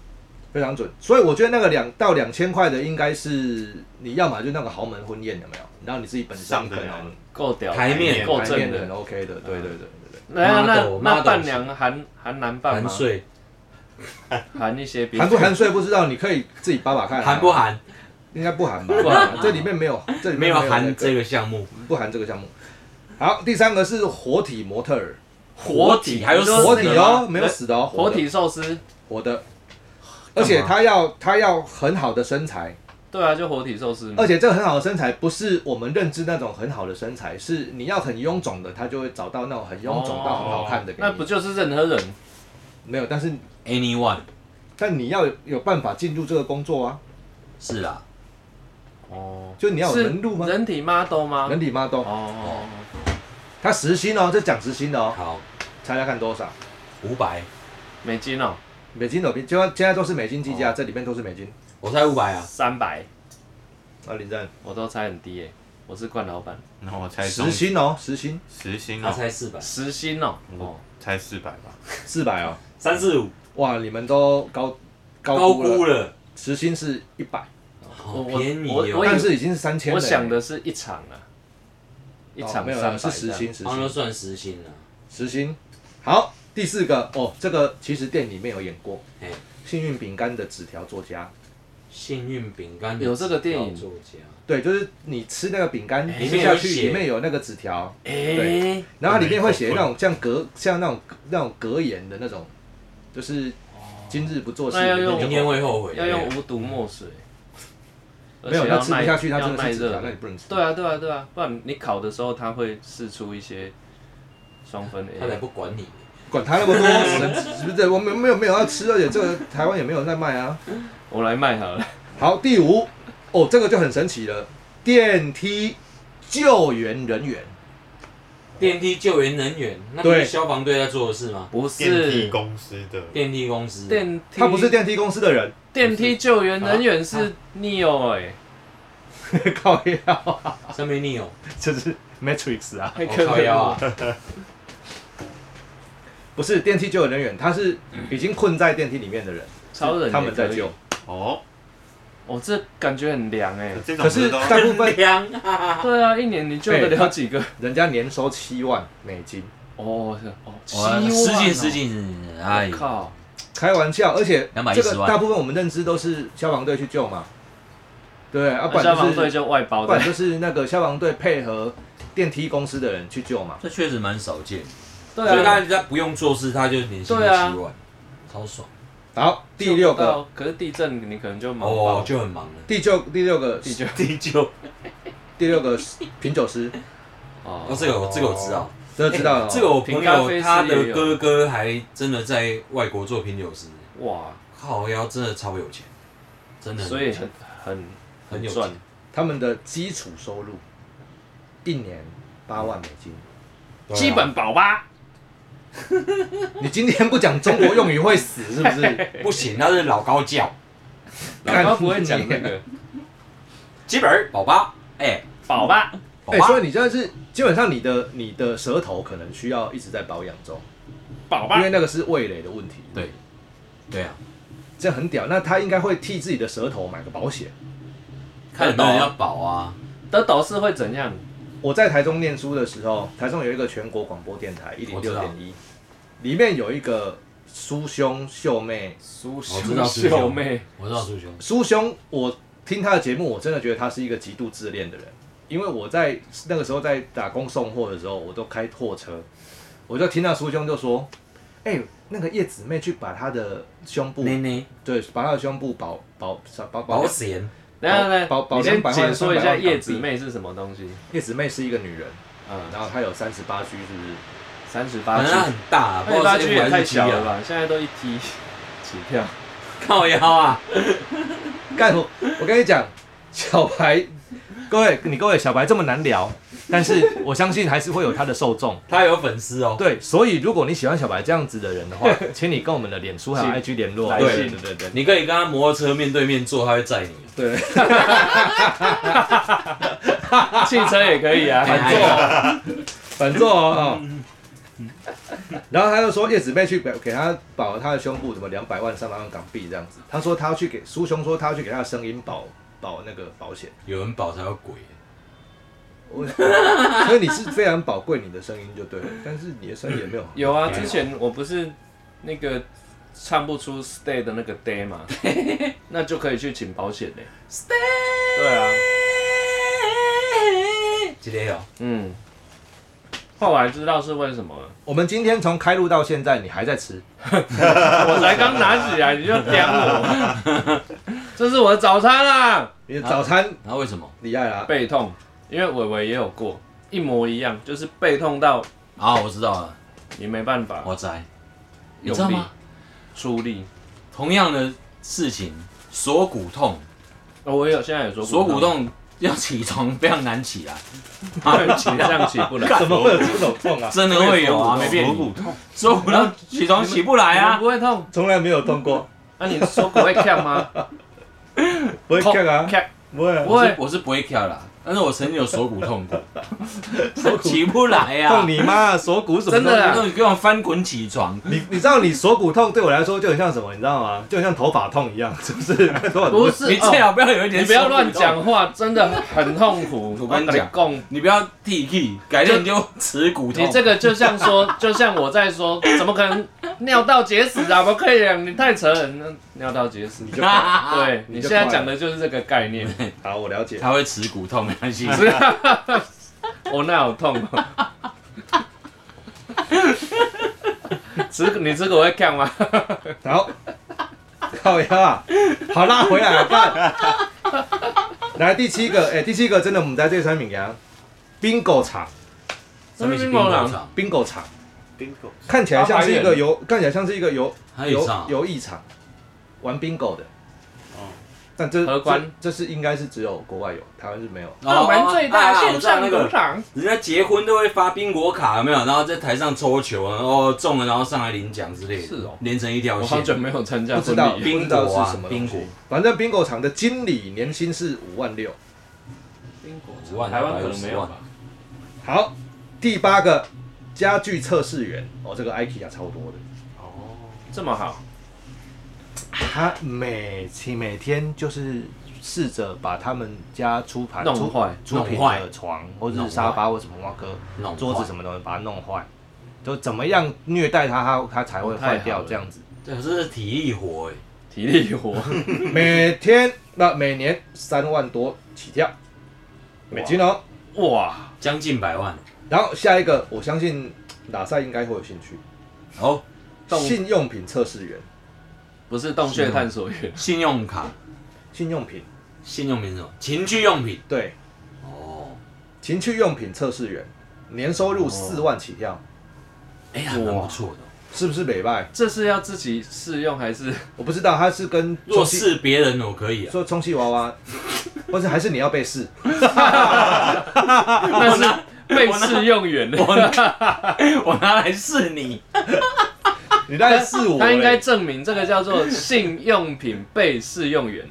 Speaker 3: 非常准。所以我觉得那个两到两千块的，应该是你要么就那个豪门婚宴有没有？然后你自己本身
Speaker 4: 上
Speaker 3: 可
Speaker 4: 得了
Speaker 3: 能
Speaker 2: 够屌，
Speaker 1: 台面
Speaker 2: 够
Speaker 3: 台
Speaker 2: 正
Speaker 3: 面很
Speaker 2: 的。
Speaker 3: OK 的，对对对对对。
Speaker 2: 那那
Speaker 1: model，
Speaker 2: 那
Speaker 1: model
Speaker 2: 伴娘含含男伴
Speaker 1: 含
Speaker 2: 吗？
Speaker 1: 税
Speaker 2: 含一些比
Speaker 3: 含不含税不知道，你可以自己扒扒看。啊
Speaker 1: 含不？含？
Speaker 3: 应该不含吧
Speaker 2: 不含？
Speaker 3: 这里面没有，这里面
Speaker 1: 没有
Speaker 3: 那
Speaker 1: 含
Speaker 3: 个
Speaker 1: 这个项目，
Speaker 3: 不含这个项目。好，第三个是活体模特儿，
Speaker 1: 活体还有
Speaker 2: 你说
Speaker 1: 死
Speaker 3: 活
Speaker 1: 的
Speaker 3: 体
Speaker 1: 吗
Speaker 3: 哦，没有死的哦，
Speaker 2: 活
Speaker 3: 的
Speaker 2: 体寿司？
Speaker 3: 活的，而且他要他要很好的身材，
Speaker 2: 对啊，就活体寿司嘛
Speaker 3: 而。且这个很好的身材不是我们认知那种很好的身材，是你要很臃肿的，他就会找到那种很臃肿到很好看的给你。
Speaker 2: 哦那不就是任何人？
Speaker 3: 没有，但是
Speaker 1: anyone
Speaker 3: 但你要有有办法进入这个工作啊，
Speaker 1: 是啦，
Speaker 2: 哦，
Speaker 3: 就你要有
Speaker 2: 是
Speaker 3: 门路吗？
Speaker 2: 人体 model 吗？
Speaker 3: 人体 model，
Speaker 2: 哦，
Speaker 3: 他时薪哦，这讲时薪的哦，
Speaker 1: 好
Speaker 3: 猜猜看多少？
Speaker 1: 五百，
Speaker 2: 美金哦，
Speaker 3: 美金的，就现在都是美金计价，这里面都是美金。
Speaker 1: 我猜五百啊，
Speaker 2: 三百，
Speaker 3: 啊，林正，
Speaker 2: 我都猜很低耶。我是冠老板，
Speaker 4: 然后我猜中
Speaker 3: 时薪哦，时薪
Speaker 4: 时薪
Speaker 1: 他
Speaker 4: 哦，
Speaker 1: 猜四百，
Speaker 2: 时薪哦，哦
Speaker 3: 嗯
Speaker 4: 我，猜四百吧，
Speaker 3: 四百哦，
Speaker 1: 三四五
Speaker 3: 哇，你们都高
Speaker 1: 高
Speaker 3: 估了，
Speaker 1: 估了，
Speaker 3: 时薪是一百，
Speaker 1: 好便宜
Speaker 2: 我我
Speaker 1: 哦
Speaker 2: 以。
Speaker 3: 但是已经是三千
Speaker 2: 我
Speaker 3: 了。
Speaker 2: 想的是一场啊，一
Speaker 3: 哦
Speaker 2: 场
Speaker 3: 没有
Speaker 2: 三
Speaker 3: 啦
Speaker 2: 百
Speaker 3: 是时薪，时
Speaker 1: 他们都
Speaker 3: 薪，
Speaker 1: 算时薪了，
Speaker 3: 时薪。好，第四个哦，这个其实店里面有演过
Speaker 1: 嘿，
Speaker 3: 幸运饼干的纸条作家。
Speaker 1: 幸运饼干
Speaker 2: 有这个电影
Speaker 1: 作家，
Speaker 3: 对，就是你吃那个饼干
Speaker 1: 哎
Speaker 3: 吃下
Speaker 1: 里面有
Speaker 3: 去，
Speaker 1: 写
Speaker 3: 里面有那个纸条，
Speaker 2: 哎，
Speaker 3: 然后它里面会写那种像格像那种那种格言的那种，就是今日不做事，
Speaker 2: 那要
Speaker 3: 明
Speaker 2: 用
Speaker 3: 天
Speaker 1: 明
Speaker 3: 就
Speaker 1: 天会后悔。
Speaker 2: 要用无毒墨水，而
Speaker 3: 没有，
Speaker 2: 且
Speaker 3: 他
Speaker 2: 要
Speaker 3: 吃
Speaker 2: 耐
Speaker 3: 不下去，他
Speaker 2: 要
Speaker 3: 真的
Speaker 2: 耐
Speaker 3: 是纸
Speaker 2: 热
Speaker 3: 条，那。你不能吃。
Speaker 2: 对啊，对啊，对啊，不然你烤的时候，它会试出一些双酚
Speaker 1: 他才
Speaker 2: A。
Speaker 1: 不管你。
Speaker 3: 管他那么多，神是不是？我们没有没有要吃，而且这个台湾也没有在卖啊。
Speaker 2: 我来卖好了，
Speaker 3: 好，第五，哦，这个就很神奇了，电梯救援人员，
Speaker 1: 电梯救援人员，那不
Speaker 3: 对
Speaker 1: 是消防队在做的事吗？
Speaker 2: 不
Speaker 4: 电
Speaker 2: 是
Speaker 4: 梯公司的
Speaker 1: 电梯公司，
Speaker 2: 电梯，
Speaker 3: 他不是电梯公司的人，
Speaker 2: 电梯救援人员是 Neo 哎、
Speaker 3: 靠腰，
Speaker 1: 上面你有，
Speaker 3: 就是 Matrix 啊，
Speaker 1: 我靠腰啊！
Speaker 3: 不是电梯救援人员，他是已经困在电梯里面的人，
Speaker 2: 超人
Speaker 3: 他们在救。。
Speaker 4: 哦，
Speaker 2: 哦，这感觉很凉哎、
Speaker 4: 这种
Speaker 3: 可
Speaker 4: 不
Speaker 3: 是
Speaker 4: 都
Speaker 3: 大部分
Speaker 1: 凉
Speaker 2: 对啊，一年你救得了几个？
Speaker 3: 人家年收七万美金，
Speaker 2: 哦是哦，七
Speaker 1: 哇
Speaker 2: 万、哦，
Speaker 1: 十几十几，哎
Speaker 2: 我，靠，
Speaker 3: 开玩笑，而且
Speaker 1: 210
Speaker 3: 这个
Speaker 1: 万
Speaker 3: 大部分我们认知都是消防队去救嘛，对，啊，不
Speaker 2: 那呃消
Speaker 3: 然就
Speaker 2: 防
Speaker 3: 是
Speaker 2: 队就外包
Speaker 3: 不
Speaker 2: 的
Speaker 3: 然，就是那个消防队配合电梯公司的人去救嘛。
Speaker 1: 这确实蛮少见。
Speaker 2: 对
Speaker 1: 所以
Speaker 2: 啊
Speaker 1: 他，人家不用做事，他就年薪七
Speaker 2: 对啊
Speaker 1: 万，超爽
Speaker 3: 好，第
Speaker 2: 救
Speaker 3: 六
Speaker 2: 不
Speaker 3: 个，
Speaker 2: 到，可是地震你可能就忙爆
Speaker 1: 哦，就很忙了。
Speaker 3: 第九，第 六个，
Speaker 2: 地就
Speaker 1: 第九，
Speaker 3: 第六个是品酒师，
Speaker 2: 哦
Speaker 1: 哦，这个我这个我知道，
Speaker 3: 这个知道了 哦。
Speaker 1: 欸这个我朋
Speaker 2: 平咖啡
Speaker 1: 友
Speaker 2: 师
Speaker 1: 他
Speaker 2: 也
Speaker 1: 的
Speaker 2: 有
Speaker 1: 哥哥还真的在外国做品酒师，
Speaker 2: 哇，
Speaker 1: 靠腰真的超有钱，真的很有
Speaker 2: 所以
Speaker 1: 钱
Speaker 2: 很很
Speaker 1: 很有
Speaker 2: 赚
Speaker 1: 钱，
Speaker 3: 他们的基础收入一年八万美金。
Speaker 1: 对啊
Speaker 2: 基本保吧，
Speaker 3: 你今天不讲中国用语 会死是不是？
Speaker 1: 不行，他是老高教，
Speaker 2: 老高不会讲那
Speaker 3: 干
Speaker 2: 个
Speaker 1: 基本儿宝宝，哎，
Speaker 2: 保吧，
Speaker 1: 宝
Speaker 3: 哎、
Speaker 1: 宝
Speaker 3: 所以你真的是基本上你的你的舌头可能需要一直在保养中，
Speaker 2: 保吧
Speaker 3: 因为，那个是味蕾的问题。
Speaker 1: 对，对啊，
Speaker 3: 这很屌。那他应该会替自己的舌头买个保险。
Speaker 1: 看有没有人要保啊，
Speaker 2: 得斗士会怎样？
Speaker 3: 我在台中念书的时候，台中有一个全国广播电台一零
Speaker 1: 我
Speaker 3: 六
Speaker 1: 知道
Speaker 3: 点一，里面有一个苏兄秀妹。
Speaker 2: 苏
Speaker 1: 我知道师
Speaker 2: 秀
Speaker 1: 兄
Speaker 2: 妹，
Speaker 1: 我知道师兄，
Speaker 3: 苏兄，我听他的节目，我真的觉得他是一个极度自恋的人。因为我在那个时候在打工送货的时候，我都开货车，我就听到苏兄就说：“哎、那个叶子妹去把她的 胸部，
Speaker 1: 内内
Speaker 3: 对，把她的胸部保保保
Speaker 1: 保险，
Speaker 2: 等一下等一
Speaker 3: 保
Speaker 2: 下，
Speaker 3: 保
Speaker 2: 你先
Speaker 3: 保两百万
Speaker 2: 解说一
Speaker 3: 三百
Speaker 2: 下
Speaker 3: 万
Speaker 2: 叶
Speaker 3: 港
Speaker 2: 子
Speaker 3: 币
Speaker 2: 妹是什么东西？
Speaker 3: 叶子妹是一个女人，
Speaker 2: 嗯，
Speaker 3: 然后她有三十八 G，是不是？
Speaker 2: 三十八
Speaker 1: 反
Speaker 2: G，
Speaker 1: 正它很大啊，不
Speaker 2: 三十
Speaker 1: 知
Speaker 2: 八
Speaker 1: 道
Speaker 2: G
Speaker 1: 是 F
Speaker 2: 也
Speaker 1: 还
Speaker 2: 太
Speaker 1: 是 G
Speaker 2: 小了
Speaker 1: 啊，
Speaker 2: 吧？现在都一 T 起跳，
Speaker 1: 靠腰啊，
Speaker 3: 干我，我跟你讲，小白，各位你各位小白这么难聊，但是我相信还是会有他的受众。
Speaker 1: 他有粉丝哦，
Speaker 3: 对，所以如果你喜欢小白这样子的 人的话，请你跟我们的脸书还有 IG 联络。
Speaker 2: 来
Speaker 3: 对
Speaker 2: 信
Speaker 3: 对对对
Speaker 1: 你可以跟他摩托车面对面坐，他会载你。
Speaker 3: 对，
Speaker 2: 汽车也可以啊，
Speaker 1: 哎
Speaker 2: 反正
Speaker 3: 反 正哦。哦然后他又说叶子妹去给给他保他的胸部什么两百万三百万港币这样子，他说他要去给苏兄说他要去给他的声音保保那个保险，
Speaker 1: 有人保才有鬼，
Speaker 3: 我 所以你是非常宝贵你的声音就对了，但是你的声音也没有很好
Speaker 2: 有
Speaker 1: 哎
Speaker 2: 啊，之前我不是那个唱不出 stay 的那个 day 嘛，那就可以去请保险嘞。stay。对啊，
Speaker 1: 今天有
Speaker 2: 嗯。后来知道是为什么了，
Speaker 3: 我们今天从开录到现在，你还在吃，
Speaker 2: 我才刚拿起来你就点我， 这是我的早餐啊！
Speaker 3: 你的早餐
Speaker 1: 那为什么？
Speaker 3: 厉害啊啦！
Speaker 2: 背痛，因为伟伟也有过，一模一样，就是背痛到
Speaker 1: 啊，我知道了，
Speaker 2: 你没办法
Speaker 1: 我在，你知道
Speaker 2: 用力
Speaker 1: 吗？
Speaker 2: 出力。
Speaker 1: 同样的事情，锁骨痛，
Speaker 2: 哦，我也有现在有说
Speaker 1: 锁骨，痛要起床非常难起 来，啊
Speaker 2: 起这样起 不来。
Speaker 3: 怎么会有这种 痛啊？
Speaker 1: 真的会有 啊，没骗
Speaker 4: 锁
Speaker 1: 你，
Speaker 4: 骨痛，
Speaker 1: 锁骨痛起床起不来
Speaker 2: 你们
Speaker 1: 啊
Speaker 2: 哎不，会痛？
Speaker 3: 从来没有痛过，
Speaker 2: 那、你手骨会跳吗？
Speaker 3: 不会看啊，
Speaker 2: 痛
Speaker 3: 不会啊
Speaker 2: 不会
Speaker 1: 我是不会跳啦，但是我曾经有锁骨痛过，
Speaker 3: 锁 骨
Speaker 1: 起不来呀、
Speaker 3: 痛你啊妈，锁骨什么？
Speaker 2: 真的啦
Speaker 1: 那你给我翻滚起床，
Speaker 3: 你你知道你锁骨痛对我来说就很像什么，你知道吗？就很像头发痛一样，是 不是？多少
Speaker 2: 不是，
Speaker 1: 你
Speaker 2: 哦
Speaker 1: 最好不要有一点，
Speaker 2: 你不要乱，讲话，真的很痛苦。
Speaker 1: 我跟你讲
Speaker 2: 共，
Speaker 1: 你不要 T T，改天你就耻骨痛。
Speaker 2: 你这个就像说，就像我在说，怎么可能尿道结石啊？不可以啊，你太扯了，那尿道结石
Speaker 3: 你。就好，
Speaker 2: 对
Speaker 3: 你
Speaker 2: 你
Speaker 3: 就
Speaker 2: 现
Speaker 3: 快了
Speaker 2: 在讲的就是这个概念。
Speaker 3: 我了解。
Speaker 1: 他会耻骨痛，没关系。
Speaker 2: 我那好痛 哦。吃你吃狗会看吗？
Speaker 3: 好，靠腰啊，好拉回来啊，干。来第七个，哎、第七个真的我们在这三名呀，bingo 场
Speaker 1: 什么是
Speaker 2: 冰
Speaker 1: 冰
Speaker 2: 雹
Speaker 1: 冷
Speaker 2: 狼？
Speaker 1: 场？
Speaker 3: ，bingo 场
Speaker 4: 冰狗
Speaker 3: 看起来像是一
Speaker 2: 八百
Speaker 3: 个
Speaker 2: 元
Speaker 3: 游，看起来像是一个游
Speaker 1: 还有
Speaker 3: 游
Speaker 1: 上
Speaker 3: 游艺场，玩 bingo 的。
Speaker 4: 哦
Speaker 3: 但这
Speaker 2: 荷官
Speaker 3: 这这是应该是只有国外有，台湾是没有。
Speaker 1: 哦
Speaker 2: 澳门哦最大
Speaker 1: 现
Speaker 2: 线上
Speaker 1: 那
Speaker 2: 赌
Speaker 1: 个，
Speaker 2: 场，
Speaker 1: 人家结婚都会发宾果卡，有没有？然后在台上抽球，然后中了，然后上来领奖之类的，
Speaker 2: 是哦
Speaker 1: 连成一条
Speaker 2: 我好
Speaker 1: 线。
Speaker 2: 久没有参加
Speaker 3: 不知
Speaker 2: 婚
Speaker 3: 道，不
Speaker 2: 礼了。
Speaker 1: 宾
Speaker 3: 知
Speaker 1: 果啊
Speaker 3: 道是什么东
Speaker 1: 宾
Speaker 3: 西
Speaker 1: 果。
Speaker 3: 反正 bingo 场的经理年薪是五万六。
Speaker 1: 五万
Speaker 2: 台湾可能没有吧？
Speaker 3: 好，第八个家具测试员，哦，这个 IKEA 超多的。
Speaker 2: 这么好，
Speaker 3: 他每期每天就是试着把他们家出盘
Speaker 2: 弄
Speaker 3: 出
Speaker 2: 坏
Speaker 3: 出品
Speaker 1: 弄坏
Speaker 3: 的床或者
Speaker 1: 弄
Speaker 3: 是
Speaker 1: 坏
Speaker 3: 沙发或什么挖哥
Speaker 1: 弄
Speaker 3: 桌子
Speaker 1: 么？
Speaker 3: 什么东西把它弄坏，就怎么样虐待它，它它才会
Speaker 2: 哦太好
Speaker 3: 坏掉
Speaker 2: 了
Speaker 3: 这样子。
Speaker 1: 对，这是体力活哎。
Speaker 2: 体力活，
Speaker 3: 每天那每年三万多起跳，美金哦。
Speaker 2: 哇，
Speaker 1: 将近百万
Speaker 3: 然后下一个，我相信哪赛应该会有兴趣，
Speaker 1: 哦，
Speaker 2: 动
Speaker 3: 信用品测试员，
Speaker 2: 不是洞穴探索员，
Speaker 1: 信用卡、
Speaker 3: 信用品
Speaker 1: 信用品是什么？情趣用品
Speaker 3: 对
Speaker 1: 哦，
Speaker 3: 情趣用品测试员，年收入四万起跳，
Speaker 1: 哎呀，还蛮不错的。
Speaker 3: 是不是美败？
Speaker 2: 这是要自己试用还是？
Speaker 3: 我不知道他是跟
Speaker 1: 若
Speaker 3: 充气
Speaker 1: 是别人，我可 以啊。
Speaker 3: 说充气娃娃，或者还是你要被试，
Speaker 2: 那是被试用员，
Speaker 1: 我拿我拿来试你，
Speaker 3: 你在试我嘞，
Speaker 2: 他应该证明这个叫做性用品被试用员，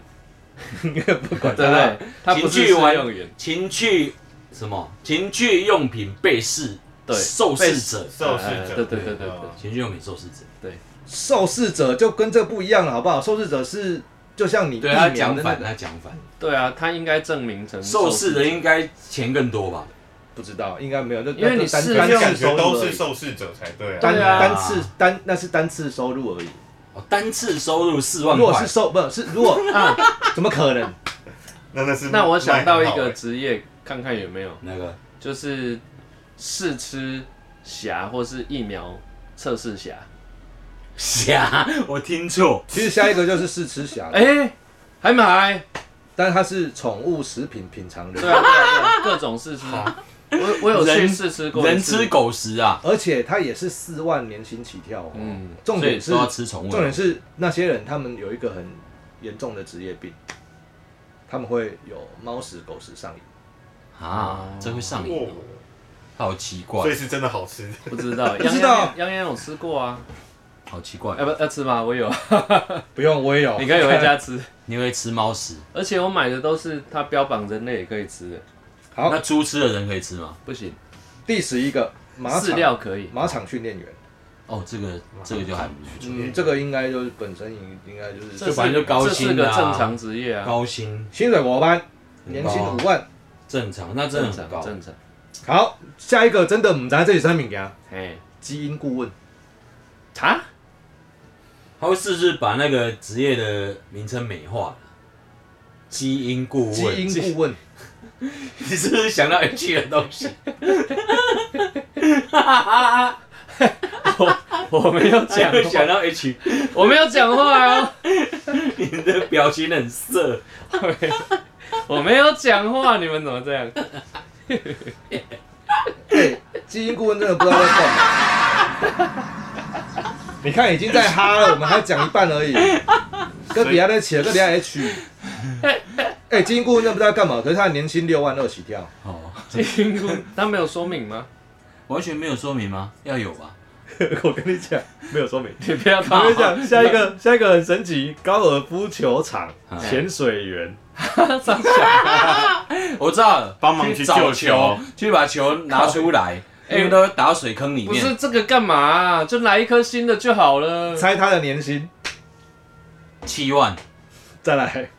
Speaker 3: 不管
Speaker 2: 对不
Speaker 3: 他，
Speaker 2: 对？他不是
Speaker 1: 情
Speaker 2: 试
Speaker 1: 趣玩
Speaker 2: 用员，
Speaker 1: 情趣什么？情趣用品被试，
Speaker 2: 对，
Speaker 1: 受
Speaker 2: 被
Speaker 1: 试者，
Speaker 4: 受试者，
Speaker 2: 对对对对对
Speaker 1: 情趣用品受试者。
Speaker 3: 受试者就跟这不一样了，好不好？受试者是就像你
Speaker 1: 对
Speaker 3: 疫苗
Speaker 1: 他
Speaker 3: 的
Speaker 1: 讲
Speaker 3: 那
Speaker 1: 反，
Speaker 3: 个
Speaker 1: 他讲反，
Speaker 2: 对啊，他应该证明成
Speaker 1: 受试
Speaker 2: 者
Speaker 1: 的应该钱更多吧？不
Speaker 3: 不知道，应该没有，就
Speaker 2: 因为你
Speaker 3: 就单
Speaker 2: 试
Speaker 3: 单
Speaker 4: 这样
Speaker 3: 次
Speaker 4: 子
Speaker 3: 收入
Speaker 4: 都
Speaker 3: 而
Speaker 4: 是
Speaker 3: 已
Speaker 4: 受试者才对啊。
Speaker 3: 单
Speaker 2: 对啊
Speaker 3: 单次单那是单次收入而已。
Speaker 1: 哦，单次收入四万
Speaker 3: 如果
Speaker 1: 块
Speaker 3: 是，收不是如果
Speaker 2: 哦啊。
Speaker 3: 怎么可能？
Speaker 4: 那那是
Speaker 2: 那我想到一个
Speaker 1: 欸
Speaker 4: 卖
Speaker 2: 职业，看看有没有，
Speaker 1: 那个
Speaker 2: 就是试吃侠或是疫苗测试侠，
Speaker 1: 霞，我听错。
Speaker 3: 其实下一个就是试吃侠了，
Speaker 2: 哎、还买？
Speaker 3: 但它是宠物食品品尝
Speaker 2: 对
Speaker 3: 人，
Speaker 2: 啊，对啊，对啊， 各种试吃。我我有去
Speaker 1: 人
Speaker 2: 试吃过一
Speaker 1: 人
Speaker 2: 次
Speaker 1: 吃狗食啊，
Speaker 3: 而且它也是四万年薪起跳、哦。
Speaker 2: 嗯
Speaker 3: 重
Speaker 1: 所以
Speaker 3: 点是
Speaker 1: 都要吃宠物。
Speaker 3: 重点是那些人他们有一个很严重的职业病，他们会有猫屎狗屎上瘾。
Speaker 1: 啊，真会上瘾哦，好奇
Speaker 4: 所以
Speaker 1: 怪，
Speaker 4: 是真的好吃的。
Speaker 2: 不知 道，
Speaker 3: 不知道
Speaker 2: 杨洋洋有吃过啊？呃
Speaker 1: 好奇怪
Speaker 2: 要。不要吃吗？我有，
Speaker 3: 不用，我也有。
Speaker 2: 你可以回 家吃。
Speaker 1: 你会吃猫食？
Speaker 2: 而且我买的都是它标榜人类也可以吃的，
Speaker 3: 好
Speaker 1: 那猪吃的人可以吃吗？
Speaker 2: 不行，
Speaker 3: 第十一个马
Speaker 2: 饲
Speaker 3: 场
Speaker 2: 料可以。
Speaker 3: 马场训练员，
Speaker 1: 哦，这个这个就还不错，
Speaker 3: 嗯，这个应该就是本身应应该就是
Speaker 2: 这
Speaker 1: 就反
Speaker 2: 是
Speaker 1: 正就高
Speaker 2: 这是
Speaker 1: 薪
Speaker 2: 个
Speaker 1: 的啊
Speaker 2: 正常职业啊，
Speaker 1: 高薪
Speaker 3: 薪水我班，
Speaker 1: 很
Speaker 3: 年
Speaker 1: 高啊
Speaker 3: 薪五万。
Speaker 1: 正常，那真的
Speaker 2: 正
Speaker 1: 很
Speaker 2: 常
Speaker 1: 高。
Speaker 2: 正常。
Speaker 3: 好，下一个真的唔知道这是什么名啊？
Speaker 2: 哎，
Speaker 3: 基因顾问，
Speaker 2: 啊，
Speaker 1: 他会试试把那个职业的名称美化，基因顾问。
Speaker 3: 基因顾问，
Speaker 1: 你是不是想到 H 的东 西？
Speaker 2: 我没有讲
Speaker 1: 想想
Speaker 2: 话，
Speaker 1: 到 H，
Speaker 2: 我没有讲话哦，
Speaker 1: 你的表情很色。
Speaker 2: 我没有讲话，你们怎么这样？
Speaker 3: 对，基因顾问真的不知道在干嘛。 你看已经在哈了，我们还讲一半而已，跟底下在起了，跟底下 H。哎、基因顾问真的不知道干嘛，可是他的年薪六 万二起跳，
Speaker 1: 哦，
Speaker 2: 金菇，他没有说明吗？
Speaker 1: 完全没有说明吗？要有吧？
Speaker 3: 我跟你讲，没有说明。
Speaker 2: 你不要
Speaker 3: 我
Speaker 2: 怕
Speaker 3: 跟你，讲，下一个下一个很神奇，高尔夫球场
Speaker 1: 嗯
Speaker 3: 潜水员，
Speaker 2: 上下。
Speaker 1: 我知道了，
Speaker 4: 帮忙去
Speaker 1: 找
Speaker 4: 救球，
Speaker 1: 去把球拿出来，因为都打到水坑里
Speaker 2: 不
Speaker 1: 面
Speaker 2: 是。这个干嘛啊、就来一颗新的就好了。
Speaker 3: 猜他的年薪，
Speaker 1: 七万，
Speaker 3: 再来，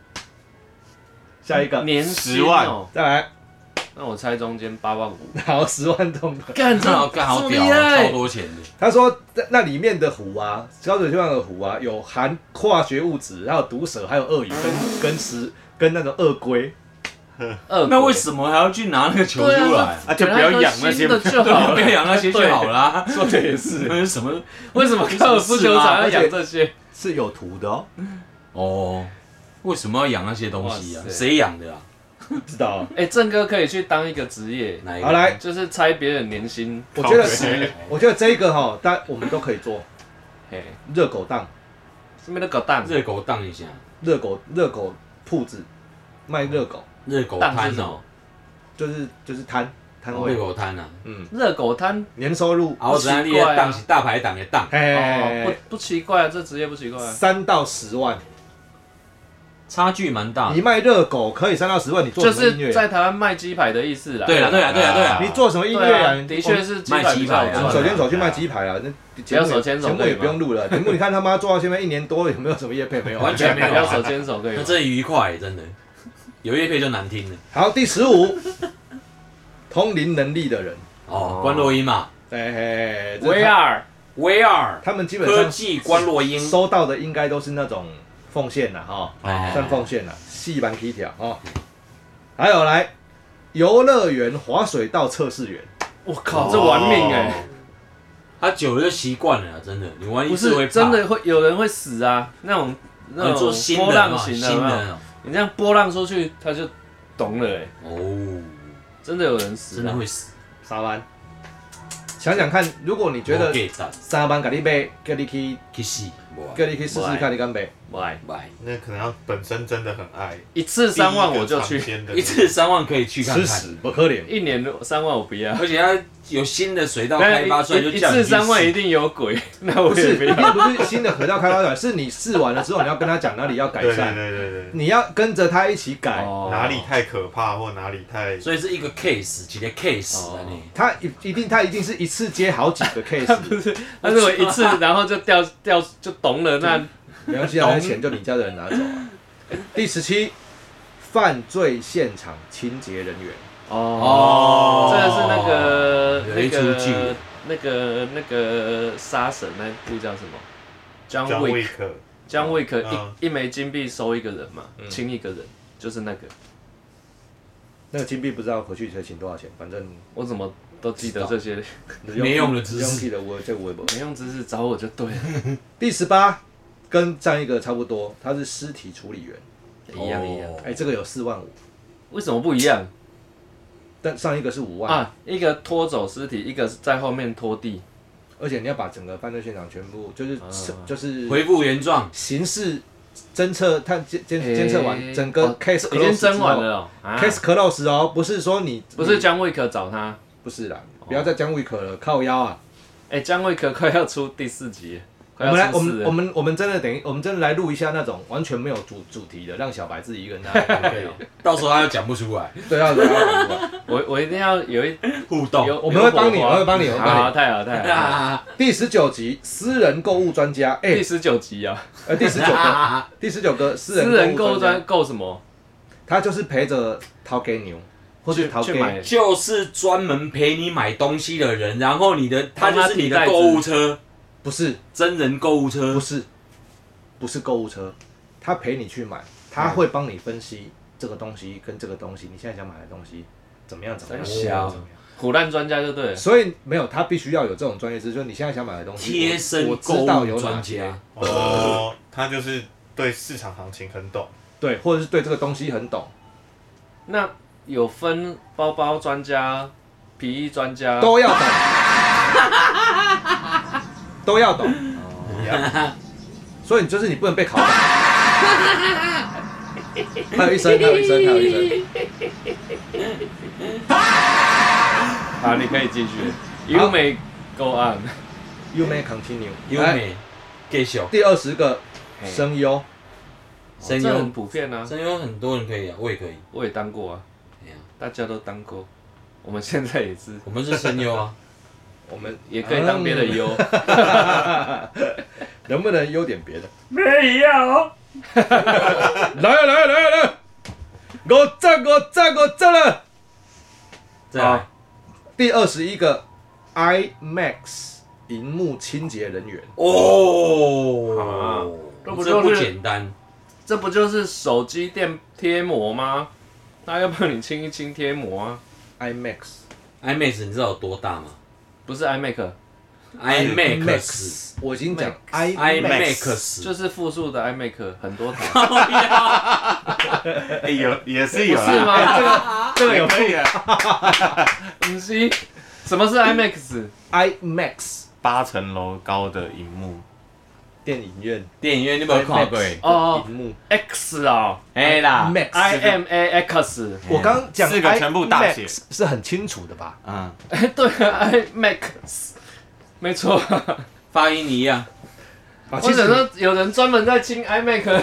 Speaker 3: 下一个，
Speaker 2: 嗯年薪哦
Speaker 3: 再来，
Speaker 2: 那我猜中间八万五。
Speaker 3: 好十万中的。
Speaker 2: 干
Speaker 1: 正好干 好
Speaker 2: 这
Speaker 1: 屌
Speaker 2: 么厉
Speaker 1: 啊，
Speaker 2: 害
Speaker 1: 超多钱的。
Speaker 3: 他说在那里面的湖啊，高水球上的湖啊，有含化学物质，还有毒蛇，还有鳄鱼
Speaker 2: 嗯
Speaker 3: 跟跟石跟那种鳄龟。
Speaker 2: 二
Speaker 1: 那为什么还要去拿那个球出
Speaker 2: 对
Speaker 1: 来
Speaker 2: 啊？
Speaker 4: 啊，就不要养那些
Speaker 2: 新的就
Speaker 1: 不
Speaker 2: 好了啊
Speaker 1: 要。啊养那些就好啦。
Speaker 3: 说的也是，
Speaker 1: 那是什么？
Speaker 2: 为什么高尔夫球场要养这些？
Speaker 3: 是有图的
Speaker 2: 嗯
Speaker 3: 哦。
Speaker 1: 哦，为什么要养那些东西啊？
Speaker 2: 哇塞
Speaker 1: 谁养的啊？
Speaker 3: 知道啊。
Speaker 2: 哎、郑哥可以去当一个职业，
Speaker 1: 哪一个？
Speaker 3: 好来，
Speaker 2: 就是猜别人年薪。
Speaker 3: 我觉得
Speaker 4: 靠北
Speaker 3: 我觉得这个哈，大我们都可以做
Speaker 2: 嘿，
Speaker 3: 热狗档、
Speaker 2: 是不是那个蛋？
Speaker 1: 热狗荡一下，
Speaker 3: 热狗热狗铺子卖热狗，
Speaker 1: 热狗
Speaker 2: 荡
Speaker 1: 摊
Speaker 2: 是什
Speaker 1: 哦
Speaker 2: 么，
Speaker 3: 就是就是摊摊
Speaker 1: 热
Speaker 2: 哦
Speaker 3: 位。
Speaker 1: 狗摊啊，
Speaker 3: 嗯，
Speaker 2: 热狗摊
Speaker 3: 年收入
Speaker 1: 熬子安利的荡是大排档的荡，
Speaker 3: 哎
Speaker 2: 哦，
Speaker 3: 嘿，
Speaker 2: 不不奇怪啊，这职业不奇怪啊，
Speaker 3: 三到十万。
Speaker 1: 差距蛮大
Speaker 3: 你。卖热狗可以三到十万，你做
Speaker 2: 啊就
Speaker 3: 什么音
Speaker 2: 是
Speaker 3: 乐？
Speaker 2: 在台湾卖鸡排的意思啦。
Speaker 1: 对了，对了，对了，对了。
Speaker 3: 你做什么音
Speaker 2: 对
Speaker 3: 乐
Speaker 2: 啊
Speaker 3: 啊？，你
Speaker 2: 的确是鸡排比较
Speaker 1: 卖鸡排啊
Speaker 2: 好
Speaker 3: 手
Speaker 2: 赚
Speaker 3: 牵
Speaker 2: 啊。
Speaker 3: 手去卖鸡排啊，那节目
Speaker 2: 不要手牵手
Speaker 3: 节目
Speaker 2: 可以
Speaker 3: 也
Speaker 2: 吗
Speaker 3: 不用 录了。节目你看他妈做到现在一年多，有没有什么业配没有？啊
Speaker 1: 完全没有
Speaker 2: 不要手牵手可以
Speaker 1: 那
Speaker 2: 吗？
Speaker 1: 真愉快，真的。有乐配就难听了
Speaker 3: 好，第十五，通灵能力的人，
Speaker 1: 哦，关洛英嘛
Speaker 3: 哎嘿，嘿这
Speaker 2: 威
Speaker 3: 他
Speaker 2: 尔
Speaker 1: ，We are
Speaker 3: 他们基本
Speaker 1: 科
Speaker 3: 上
Speaker 1: 技关洛英，
Speaker 3: 收到的应该都是那种奉献呐，哈，
Speaker 1: 哎
Speaker 3: 算奉献呐，啊细版皮条哦。还有来，游乐园滑水道测试员，
Speaker 2: 我靠，这玩命哎、
Speaker 1: 哦他久了就习惯了啊，真的。你玩一
Speaker 2: 不
Speaker 1: 次会怕
Speaker 2: 是
Speaker 1: 哦
Speaker 2: 真的，会有人会死啊，那种那
Speaker 1: 你
Speaker 2: 种
Speaker 1: 做新
Speaker 2: 波
Speaker 1: 的啊
Speaker 2: 浪
Speaker 1: 嘛，
Speaker 2: 型
Speaker 1: 新
Speaker 2: 的有没有，
Speaker 1: 的
Speaker 2: 你这样波浪出去，他就懂了哎、
Speaker 1: 哦，
Speaker 2: 真的有人死、啊，
Speaker 1: 真的会死。啊
Speaker 3: 沙班。想想看，如果你觉得
Speaker 1: 给打
Speaker 3: 沙班给你背，给你去，
Speaker 1: 去死，我
Speaker 3: 给你去试试看，你敢背？
Speaker 2: 买
Speaker 1: 拜。
Speaker 4: 那可能要本身真的很爱。
Speaker 2: 一次三万我就
Speaker 4: 第一个尝
Speaker 2: 去，
Speaker 4: 鲜的
Speaker 1: 一次三万可以去看
Speaker 3: 吃
Speaker 1: 看，
Speaker 3: 屎不可怜。
Speaker 2: 一年三万我不 要，
Speaker 1: 而且他有新的水道开发出来，就
Speaker 2: 哎一
Speaker 1: 叫你
Speaker 2: 次
Speaker 1: 去
Speaker 2: 三万
Speaker 1: 试
Speaker 2: 一定有鬼，那我
Speaker 3: 不
Speaker 2: 也
Speaker 3: 是，
Speaker 2: 不
Speaker 3: 也
Speaker 2: 要。
Speaker 3: 不是新的河道开发出来，是你试完了之后，你要跟他讲哪里要改
Speaker 4: 对对
Speaker 3: 善，
Speaker 4: 对对对，
Speaker 3: 你要跟着他一起改。
Speaker 2: 哦
Speaker 4: 哪里太可怕或哪里太
Speaker 1: 所以是一个 case，几个 case 啊
Speaker 2: 哦
Speaker 1: 你。
Speaker 3: 他一一定，他一定是一次接好几个 case，
Speaker 2: 他如果一 次，然后就掉掉就懂了，那
Speaker 3: 没关系啊，那钱就你家的人拿走啊。第十七，犯罪现场清洁人员，
Speaker 1: 哦
Speaker 2: 这个是那个
Speaker 1: 有
Speaker 2: 那
Speaker 1: 一出剧
Speaker 2: 个那个那个杀神那部叫什么？John
Speaker 4: John
Speaker 2: Wick。
Speaker 4: Wick，
Speaker 2: John Wick 一、
Speaker 4: 嗯
Speaker 2: 一枚金币收一个人嘛，
Speaker 3: 嗯
Speaker 2: 亲一个人，就是那个。
Speaker 3: 那个金币不知道回去才请多少钱，反正
Speaker 2: 我怎么都记得这些
Speaker 1: 没用的知识
Speaker 3: 用记得我这微博。
Speaker 2: 没用知识，找我就对了，
Speaker 3: 第十八跟上一个差不多，他是尸体处理员，
Speaker 2: 一样一样。
Speaker 1: 哦
Speaker 3: 哎、这个有四万五，
Speaker 2: 为什么不一样
Speaker 3: 但上一个是五万，
Speaker 2: 啊？一个拖走尸体，一个是在后面拖地，
Speaker 3: 而且你要把整个犯罪现场全部就是、
Speaker 2: 啊
Speaker 3: 就是
Speaker 1: 恢复原状，
Speaker 3: 刑事侦测探监监监测完、
Speaker 2: 诶
Speaker 3: 整个
Speaker 2: 哦
Speaker 3: case
Speaker 2: 已经
Speaker 3: close
Speaker 2: 蒸完
Speaker 3: 之后
Speaker 2: 了哦、啊
Speaker 3: case close 哦，不是说你
Speaker 2: 不是姜维可找他，
Speaker 3: 不是啦，不要再姜维可了，靠腰啊！
Speaker 2: 哎、姜维可快要出第四集了，
Speaker 3: 我
Speaker 2: 快
Speaker 3: 们来，
Speaker 2: 要出
Speaker 3: 我
Speaker 2: 四
Speaker 3: 们
Speaker 2: 了
Speaker 3: 我们我们真的等于我们真的来录一下那种完全没有主主题的，让小白自己一个人来。
Speaker 1: 对，啊到时候他又讲不出来，
Speaker 3: 对啊，对啊对啊
Speaker 2: 我我一定要有一
Speaker 1: 互动。
Speaker 2: 有，
Speaker 3: 哦我们会帮你
Speaker 2: 有火花
Speaker 3: 我会帮你我会帮你
Speaker 2: 好，太好太好。
Speaker 1: 啊
Speaker 3: 第十九集私人购物专家，哎
Speaker 2: 第，十九集啊，
Speaker 3: 呃，第十九个，第十九个 私
Speaker 2: 私人
Speaker 3: 人购
Speaker 2: 购
Speaker 3: 物
Speaker 2: 物
Speaker 3: 专
Speaker 2: 专
Speaker 3: 家，
Speaker 2: 购什么？
Speaker 3: 他就是陪着掏给牛，或是掏
Speaker 2: 去
Speaker 3: 给
Speaker 2: 买
Speaker 1: 就是专门陪你买东西的人，然后你的他
Speaker 2: 帮
Speaker 1: 就
Speaker 2: 他
Speaker 1: 是你
Speaker 2: 提
Speaker 1: 的
Speaker 2: 袋子
Speaker 1: 购物车，
Speaker 3: 不是
Speaker 1: 真人购物
Speaker 3: 不
Speaker 1: 车，
Speaker 3: 是不是购物车，他陪你去买，他会帮你分析这个东西跟这个东西，你现在想买的东西怎么样怎么样
Speaker 2: 真
Speaker 3: 怎么样
Speaker 1: 小
Speaker 3: 怎么样。
Speaker 2: 苦难专家就对了。
Speaker 3: 所以没有，他必须要有这种专业知识，就是你现在想买的东西，
Speaker 1: 贴
Speaker 3: 我
Speaker 1: 身
Speaker 3: 我
Speaker 1: 购
Speaker 3: 知道有
Speaker 1: 物
Speaker 3: 哪
Speaker 1: 专
Speaker 3: 些
Speaker 1: 家，，
Speaker 4: 哦，他就是对市场行情很懂，
Speaker 3: 对，或者是对这个东西很懂，
Speaker 2: 那有分包包专家、皮衣专家，
Speaker 3: 都 要懂，都要懂。
Speaker 4: 一样
Speaker 3: 所以你就是你不能被考 倒。还有一声，还有一声，还有一声。
Speaker 2: 好，你可以继续。You may go on。
Speaker 3: You may continue。
Speaker 1: 优
Speaker 3: 来，
Speaker 1: 美，给小
Speaker 3: 第二十个
Speaker 2: 嘿
Speaker 3: 声优，
Speaker 1: 声
Speaker 2: 这
Speaker 1: 优
Speaker 2: 很，普遍啊，
Speaker 1: 声优很多人可以啊，我也可以。
Speaker 2: 我也当过啊，
Speaker 1: 哎呀
Speaker 2: 大家都当过，我们现在也是，
Speaker 1: 我们是声优 啊，
Speaker 3: 我们
Speaker 2: 也可以当别
Speaker 1: 嗯
Speaker 2: 的优。
Speaker 3: 能不能优点别的？
Speaker 2: 没 有，
Speaker 3: 来啊来啊来啊来啊！我赞我赞我赞了。
Speaker 1: 再来
Speaker 2: 好
Speaker 3: 第二十一个 iMax 荧幕清洁人员，
Speaker 1: 哦
Speaker 2: 啊，
Speaker 1: 这
Speaker 2: 这不
Speaker 1: 不
Speaker 2: 就是
Speaker 1: 简单，
Speaker 2: 这不就是手机电贴膜吗？那要帮你清一清贴膜啊，
Speaker 3: iMax
Speaker 1: iMax 你知道有多大吗
Speaker 2: 不是 iMac，
Speaker 1: ？iMax，iMax，
Speaker 3: 我已经讲
Speaker 2: Max
Speaker 4: iMax
Speaker 2: 就是复数的 iMac，很多台。
Speaker 4: 哎有也是有
Speaker 2: 是
Speaker 4: 啦，
Speaker 2: 吗？这个这个有
Speaker 4: 也可以 啊，
Speaker 2: 东西？什么是 IMAX？
Speaker 3: iMax
Speaker 4: 八层楼高的荧幕，
Speaker 3: 电影院
Speaker 1: 电影院你有没有看过？
Speaker 3: IMAX
Speaker 2: 哦
Speaker 3: 荧幕
Speaker 2: ，X 啊
Speaker 1: 哎啦，
Speaker 3: Max。
Speaker 2: ，I M A X。
Speaker 3: 我刚刚讲
Speaker 4: 四个全部大写
Speaker 3: iMax 是很清楚的吧？
Speaker 4: 嗯，
Speaker 2: 哎，对啊，IMAX，没错。
Speaker 1: 发音一样，
Speaker 3: 啊，
Speaker 2: 我想说，有人专门在清 IMAX。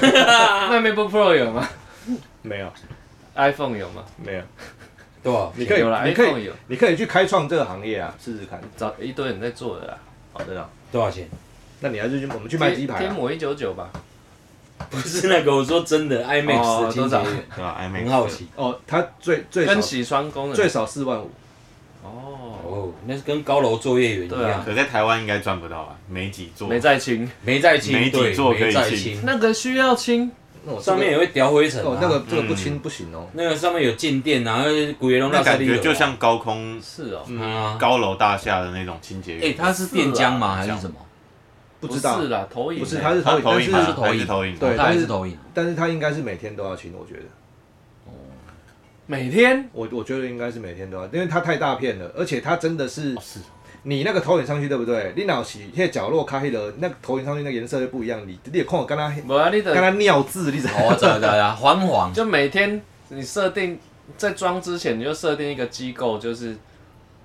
Speaker 2: 那 MacBook Pro 有吗
Speaker 3: 没有
Speaker 2: ？iPhone 有吗？
Speaker 3: 没有，
Speaker 1: 对吧？
Speaker 3: 你可以
Speaker 2: 有啦
Speaker 3: 你可
Speaker 2: iPhone
Speaker 3: 以
Speaker 2: 有
Speaker 3: 你可以去开创这个行业啊，试试看。
Speaker 2: 找一堆人在做的啦。
Speaker 3: 好的啦，
Speaker 1: 多少钱？
Speaker 3: 那你还是去我们去卖鸡排
Speaker 2: 贴
Speaker 3: 啊？
Speaker 2: 膜一九九吧。
Speaker 1: 不是那个，我说真的，iMax 的
Speaker 2: 哦
Speaker 1: 清
Speaker 2: 多
Speaker 1: 洁
Speaker 2: 少
Speaker 1: 员，
Speaker 4: 对吧？iMax
Speaker 1: 很好奇
Speaker 3: 哦，它最最
Speaker 2: 跟
Speaker 3: 少
Speaker 2: 洗窗功能。
Speaker 3: 最少四万五，
Speaker 2: 哦，
Speaker 1: 哦，那是跟高楼作业员一
Speaker 2: 对啊
Speaker 1: 样，
Speaker 4: 可在台湾应该赚不到啊，没几座，
Speaker 2: 没在清，
Speaker 1: 没在清，
Speaker 4: 没几
Speaker 1: 对
Speaker 4: 座可
Speaker 1: 没
Speaker 4: 以
Speaker 1: 在
Speaker 4: 清
Speaker 1: 清，
Speaker 2: 那个需要清。
Speaker 3: 那我这
Speaker 1: 上
Speaker 3: 个
Speaker 1: 面也会掉灰尘
Speaker 3: 哦
Speaker 1: 啊，
Speaker 3: 那个这个不清不行哦。
Speaker 1: 那个上面有静电啊，古爷龙
Speaker 4: 那
Speaker 1: 那
Speaker 4: 感觉就像高空
Speaker 2: 是哦，
Speaker 1: 啊，
Speaker 4: 高楼大厦的那种清洁
Speaker 1: 哎，
Speaker 4: 员，
Speaker 1: 它是电浆吗？
Speaker 4: 啊
Speaker 1: 还是什么？
Speaker 3: 不知道
Speaker 2: 是啦，投影
Speaker 3: 不是
Speaker 2: 欸
Speaker 3: 它是投
Speaker 4: 它
Speaker 3: 影，
Speaker 4: 投
Speaker 3: 但
Speaker 4: 影
Speaker 3: 是
Speaker 4: 吧
Speaker 1: 它是投影
Speaker 4: 还是投影，
Speaker 3: 对
Speaker 1: 它还是投影，
Speaker 3: 但是他应该是每天都要清，我觉得，
Speaker 2: 每天
Speaker 3: 我我觉得应该是每天都要，因为他太大片了，而且他真的是
Speaker 4: 哦是
Speaker 3: 你那个投影上去，对不对？你脑洗那角落开黑了，那个投影上去那个颜色就不一样，你你也看我跟他
Speaker 2: 无啊，你
Speaker 3: 跟他
Speaker 2: 得
Speaker 3: 尿渍，你知道吗？
Speaker 1: 哦，对对对， 黄黄，
Speaker 2: 就每天你设定在装之前，你就设定一个机构，就是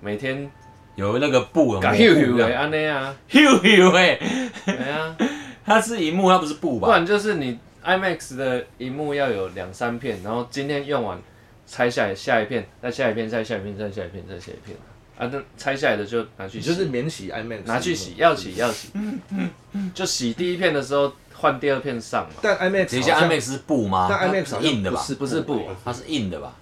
Speaker 2: 每天
Speaker 1: 有那个布，有
Speaker 2: 嘎
Speaker 1: 没
Speaker 2: 咻
Speaker 1: 有
Speaker 2: 咻 的安内啊，
Speaker 1: 咻 咻哎，
Speaker 2: 对啊，
Speaker 1: 它是荧幕，它不是布
Speaker 2: 不
Speaker 1: 吧？
Speaker 2: 然就是你 IMAX 的荧幕要有两三片，然后今天用完拆下来下一片，再下一片，再下一片，再下一片，再下一片啊，那拆下来的就拿去
Speaker 3: 你
Speaker 2: 洗，
Speaker 3: 就是免洗 IMAX
Speaker 2: 拿去洗，要洗要洗，就洗第一片的时候换第二片上嘛，
Speaker 3: 但 IMAX
Speaker 1: 等一下
Speaker 3: 好像
Speaker 1: ，IMAX 是布吗？
Speaker 3: 但 IMAX
Speaker 1: 它
Speaker 3: 好
Speaker 1: 是
Speaker 3: 像
Speaker 1: 硬的吧？
Speaker 3: 是
Speaker 2: 不是布，
Speaker 1: 它是硬的吧？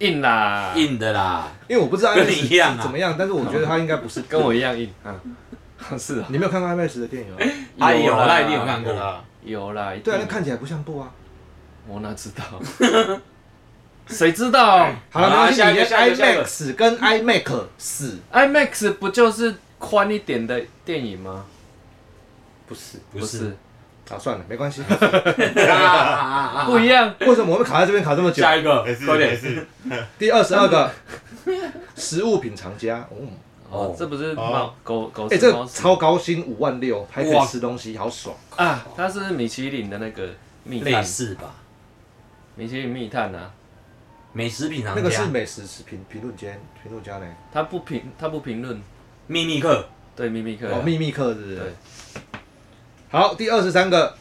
Speaker 2: 硬啦，
Speaker 1: 硬的啦，
Speaker 3: 因为我不知道
Speaker 1: 跟
Speaker 3: IMAX
Speaker 1: 你一样啊
Speaker 3: 是怎么样，但是我觉得它应该不是
Speaker 2: 跟我一样硬啊， 是啊。
Speaker 3: 你没有看过 IMAX 的电影吗？哦
Speaker 1: 哎
Speaker 2: 有
Speaker 1: 有
Speaker 2: 啦
Speaker 1: 啦，一定有看
Speaker 4: 对
Speaker 1: 过。
Speaker 4: 啊，
Speaker 2: 有啦，一定
Speaker 3: 对啊，那看起来不像布啊。
Speaker 2: 我哪知道？ 谁知道
Speaker 3: 好了，没关系，
Speaker 1: 好下
Speaker 3: 你的
Speaker 1: 一个下一个下一个
Speaker 3: IMAX 跟 iMac 死
Speaker 2: IMAX 不就是宽一点的电影吗？
Speaker 4: 不是，
Speaker 1: 不是，
Speaker 3: 啊，算了，没关系。
Speaker 1: 啊
Speaker 2: 不一样。
Speaker 3: 为什么我们卡在这边卡这么久？
Speaker 1: 下一个
Speaker 4: 没，事
Speaker 1: 快
Speaker 4: 没
Speaker 1: 点。
Speaker 4: 事。
Speaker 3: 第二十二个， 食物品尝家，哦，
Speaker 2: 哦，这不是猫
Speaker 4: 哦
Speaker 2: 狗狗
Speaker 3: 哎，
Speaker 2: 是
Speaker 3: 这
Speaker 2: 猫
Speaker 3: 个
Speaker 2: 屎
Speaker 3: 超高薪五万六，还可以
Speaker 1: 哇
Speaker 3: 吃东西，好爽。
Speaker 2: 啊，它是米其林的那个密
Speaker 1: 类
Speaker 2: 探，
Speaker 1: 似吧，
Speaker 2: 米其林密探啊，
Speaker 1: 美食品尝
Speaker 3: 那个是
Speaker 1: 家
Speaker 3: 美食评评论间评论家呢，
Speaker 2: 他不评他不评论，
Speaker 1: 秘密课，
Speaker 2: 对秘密客啊
Speaker 3: 哦，秘密课是不是
Speaker 2: 对？
Speaker 3: 好，第二十三个，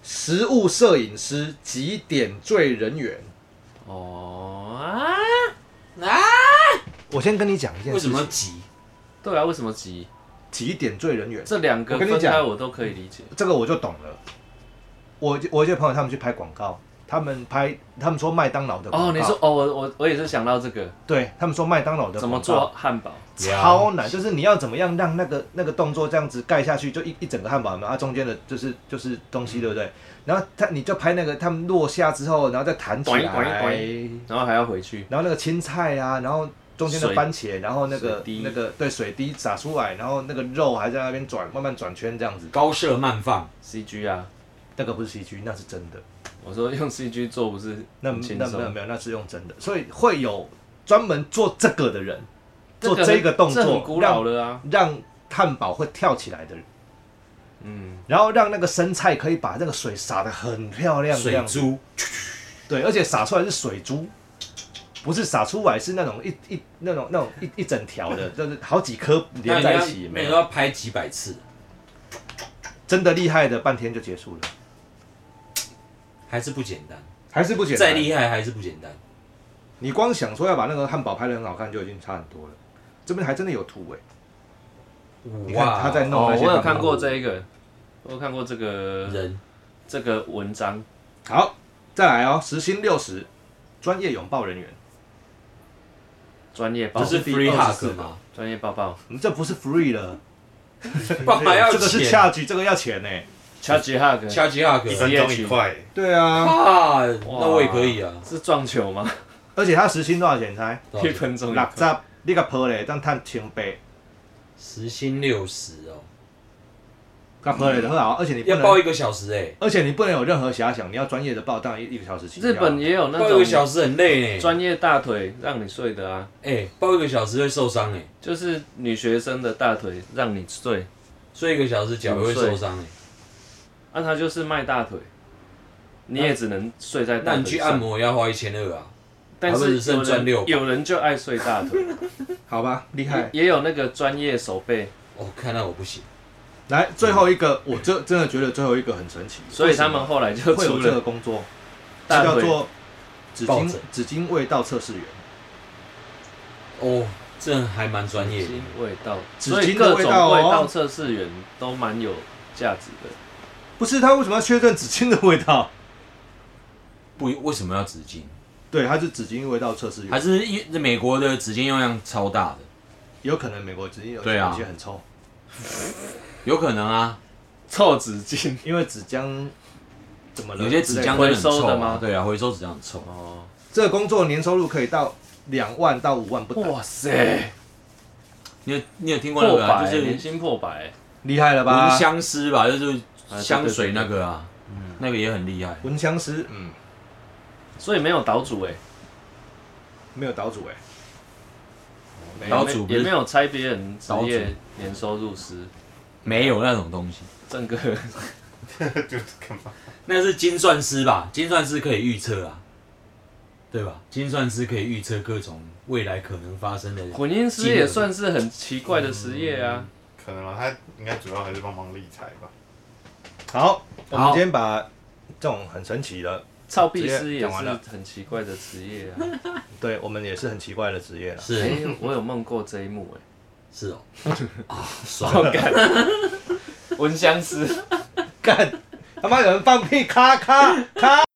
Speaker 3: 食物摄影师及点缀人员。
Speaker 2: 哦啊，
Speaker 3: 我先跟你讲一件
Speaker 1: 为
Speaker 3: 事
Speaker 1: 什
Speaker 3: 情，
Speaker 1: 么急？
Speaker 2: 对啊，为什么急？
Speaker 3: 及点缀人员？
Speaker 2: 这两个
Speaker 3: 我跟你
Speaker 2: 分开
Speaker 3: 讲
Speaker 2: 我都可以理解。
Speaker 3: 这个我就懂了。我我一些朋友他们去拍广告，他们拍他们说麦当劳的广告
Speaker 2: 哦，你说哦，我我我也是想到这个，
Speaker 3: 对，他们说麦当劳的
Speaker 2: 怎么
Speaker 3: 广告
Speaker 2: 做汉堡？
Speaker 3: 超难，就是你要怎么样让那个那个动作这样子盖下去，就一一整个汉堡嘛，它、啊中间的就是就是东西，对不
Speaker 2: 嗯
Speaker 3: 对？然后他你就拍那个他们落下之后，然后再弹起来，
Speaker 2: 短一短一短然后还要回去，
Speaker 3: 然后那个青菜啊，然后中间的
Speaker 2: 水
Speaker 3: 番茄，然后那
Speaker 2: 水
Speaker 3: 个
Speaker 2: 滴
Speaker 3: 那个对水滴洒出来，然后那个肉还在那边转，慢慢转圈这样子，
Speaker 1: 高射慢放，
Speaker 2: CG 啊，
Speaker 3: 那个不是 CG，那是真的。
Speaker 2: 我说用 CG 做不是
Speaker 3: 那
Speaker 2: 很轻
Speaker 3: 那没有
Speaker 2: 松，
Speaker 3: 没有，那是用真的，所以会有专门做这个的人，做
Speaker 2: 很
Speaker 3: 这个动
Speaker 2: 这很
Speaker 3: 作，
Speaker 2: 古老
Speaker 3: 让
Speaker 2: 了啊，
Speaker 3: 让汉堡会跳起来的人，
Speaker 2: 嗯，
Speaker 3: 然后让那个生菜可以把那个水洒得很漂亮，这
Speaker 1: 水
Speaker 3: 样子，
Speaker 1: 珠，
Speaker 3: 对，而且洒出来是水珠，不是洒出来是那种一一那种那种一一整条的，就是好几颗
Speaker 1: 那
Speaker 3: 连
Speaker 1: 你
Speaker 3: 在
Speaker 1: 要
Speaker 3: 一起，
Speaker 1: 每个
Speaker 3: 没有
Speaker 1: 要拍几百次，
Speaker 3: 真的厉害的，半天就结束了，
Speaker 1: 还是不简单，
Speaker 3: 还是不简
Speaker 1: 再
Speaker 3: 单。
Speaker 1: 厉害还是不简单。
Speaker 3: 你光想说要把那个汉堡拍得很好看就已经差很多了，这边还真的有突围，你看他在弄
Speaker 2: 哦，
Speaker 3: 那些
Speaker 2: 我有
Speaker 3: 汉堡
Speaker 2: 看过这一个，我有看过这个
Speaker 1: 人
Speaker 2: 这个文章，
Speaker 3: 好，再来哦，时薪六十，专业拥抱人员，
Speaker 2: 专业
Speaker 1: 不
Speaker 2: 抱
Speaker 1: 是
Speaker 3: 第
Speaker 1: free
Speaker 3: 24
Speaker 1: hug 吗？
Speaker 2: 专业抱抱
Speaker 3: 你嗯这不是 free 了，
Speaker 1: 爸爸要
Speaker 3: 这个是
Speaker 1: 钱
Speaker 3: charge，这个要钱呢、
Speaker 2: ，Charge Hug
Speaker 1: ，charge
Speaker 4: 一
Speaker 1: hug
Speaker 4: 分钟一块，
Speaker 3: 对啊，
Speaker 1: 啊，那我也可以啊，
Speaker 2: 是撞球吗？
Speaker 3: 而且他时薪多少钱猜？
Speaker 1: 到
Speaker 2: 一
Speaker 1: 底
Speaker 2: 分钟一
Speaker 3: 六
Speaker 2: 块
Speaker 3: 十，你个破嘞，当探千八，
Speaker 2: 嗯
Speaker 1: 时薪六十哦，
Speaker 3: 个破嘞就好，而且你不
Speaker 1: 要报
Speaker 3: 能，
Speaker 1: 一个小时哎，
Speaker 3: 而且你不能有任何遐想，你要专业的报，当然一一个小时起跳。
Speaker 2: 日本也有那
Speaker 1: 报一个小
Speaker 2: 种
Speaker 1: 时很累呢，
Speaker 2: 专业大腿让你睡的啊，
Speaker 1: 哎，报一个小时会受伤哎，
Speaker 2: 就是女学生的大腿让你睡，
Speaker 1: 睡一个小时脚也会受伤哎，
Speaker 2: 那、啊他就是卖大腿，你也只能睡在
Speaker 1: 那
Speaker 2: 嗯大
Speaker 1: 你
Speaker 2: 腿
Speaker 1: 去
Speaker 2: 上
Speaker 1: 按摩也要花一千二啊，
Speaker 2: 但
Speaker 1: 还不
Speaker 2: 是
Speaker 1: 是剩
Speaker 2: 有
Speaker 1: 赚六
Speaker 2: 人
Speaker 1: 百
Speaker 2: 有人就爱睡 大腿，
Speaker 3: 好吧，厉害。
Speaker 2: 也有那个专业手背，
Speaker 1: 哦，看到我不行，
Speaker 3: 来，最后一个，我这真的觉得最后一个很神奇，
Speaker 2: 所以他们后来就
Speaker 3: 会
Speaker 2: 出
Speaker 3: 有这个
Speaker 2: 了
Speaker 3: 工作，
Speaker 2: 大
Speaker 3: 叫
Speaker 2: 腿
Speaker 3: 做纸
Speaker 1: 抱
Speaker 3: 巾
Speaker 1: 枕
Speaker 3: 纸巾味道测试员，
Speaker 1: 哦，这还蛮专业的，
Speaker 2: 巾味道，
Speaker 3: 纸
Speaker 2: 所以
Speaker 3: 巾
Speaker 2: 各
Speaker 3: 的
Speaker 2: 种
Speaker 3: 味道哦
Speaker 2: 味道测试员都蛮有价值的。
Speaker 3: 不是他为什么要确认纸巾的味道？
Speaker 1: 不为什么要纸巾？
Speaker 3: 对，他是纸巾味道测试员
Speaker 1: 还。是因美国的纸巾用量超大的，
Speaker 3: 有可能美国纸巾有
Speaker 1: 对啊
Speaker 3: 有些很臭，
Speaker 1: 有可能啊，
Speaker 2: 臭纸巾
Speaker 3: 因为纸浆怎么了？
Speaker 1: 有些纸浆
Speaker 3: 之类的
Speaker 1: 会很
Speaker 2: 回
Speaker 1: 臭
Speaker 2: 收的
Speaker 1: 啊
Speaker 2: 吗，
Speaker 1: 对啊，回收纸浆很臭。
Speaker 2: 哦，
Speaker 3: 这个工作年收入可以到两万到五万不等，
Speaker 2: 哇塞，
Speaker 1: 你有你有听过那
Speaker 2: 破
Speaker 1: 个啊、
Speaker 2: 百
Speaker 1: 就是
Speaker 2: 年薪破百，
Speaker 3: 厉害了吧
Speaker 1: 闻？香师吧，就是
Speaker 2: 啊
Speaker 1: 香水那个啊，
Speaker 2: 嗯
Speaker 1: 那个也很厉害。
Speaker 3: 闻香师，嗯，
Speaker 2: 所以没有岛主哎，
Speaker 3: 没有岛主哎、
Speaker 2: 没
Speaker 1: 岛主不
Speaker 2: 也
Speaker 1: 是
Speaker 2: 没有猜别人职
Speaker 1: 岛主
Speaker 2: 业年收入师，
Speaker 1: 没有那种东西，
Speaker 2: 正哥
Speaker 4: 就是干嘛？
Speaker 1: 那是精算师吧？精算师可以预测啊，对吧？精算师可以预测各种未来可能发生的。
Speaker 2: 混音师也算是很奇怪的职业啊。
Speaker 4: 可能啊，他应该主要还是帮忙理财吧。
Speaker 3: 好，我们今天把这种很神奇的，
Speaker 2: 操币师也
Speaker 3: 讲完
Speaker 2: 是
Speaker 3: 了
Speaker 2: 很奇怪的职业啊。
Speaker 3: 对我们也是很奇怪的职业了。
Speaker 2: 哎、
Speaker 1: 是
Speaker 2: 我有梦过这一幕哎、
Speaker 1: 是哦，啊，爽！
Speaker 2: 闻香师。
Speaker 3: 干他妈有人放屁，咔咔咔！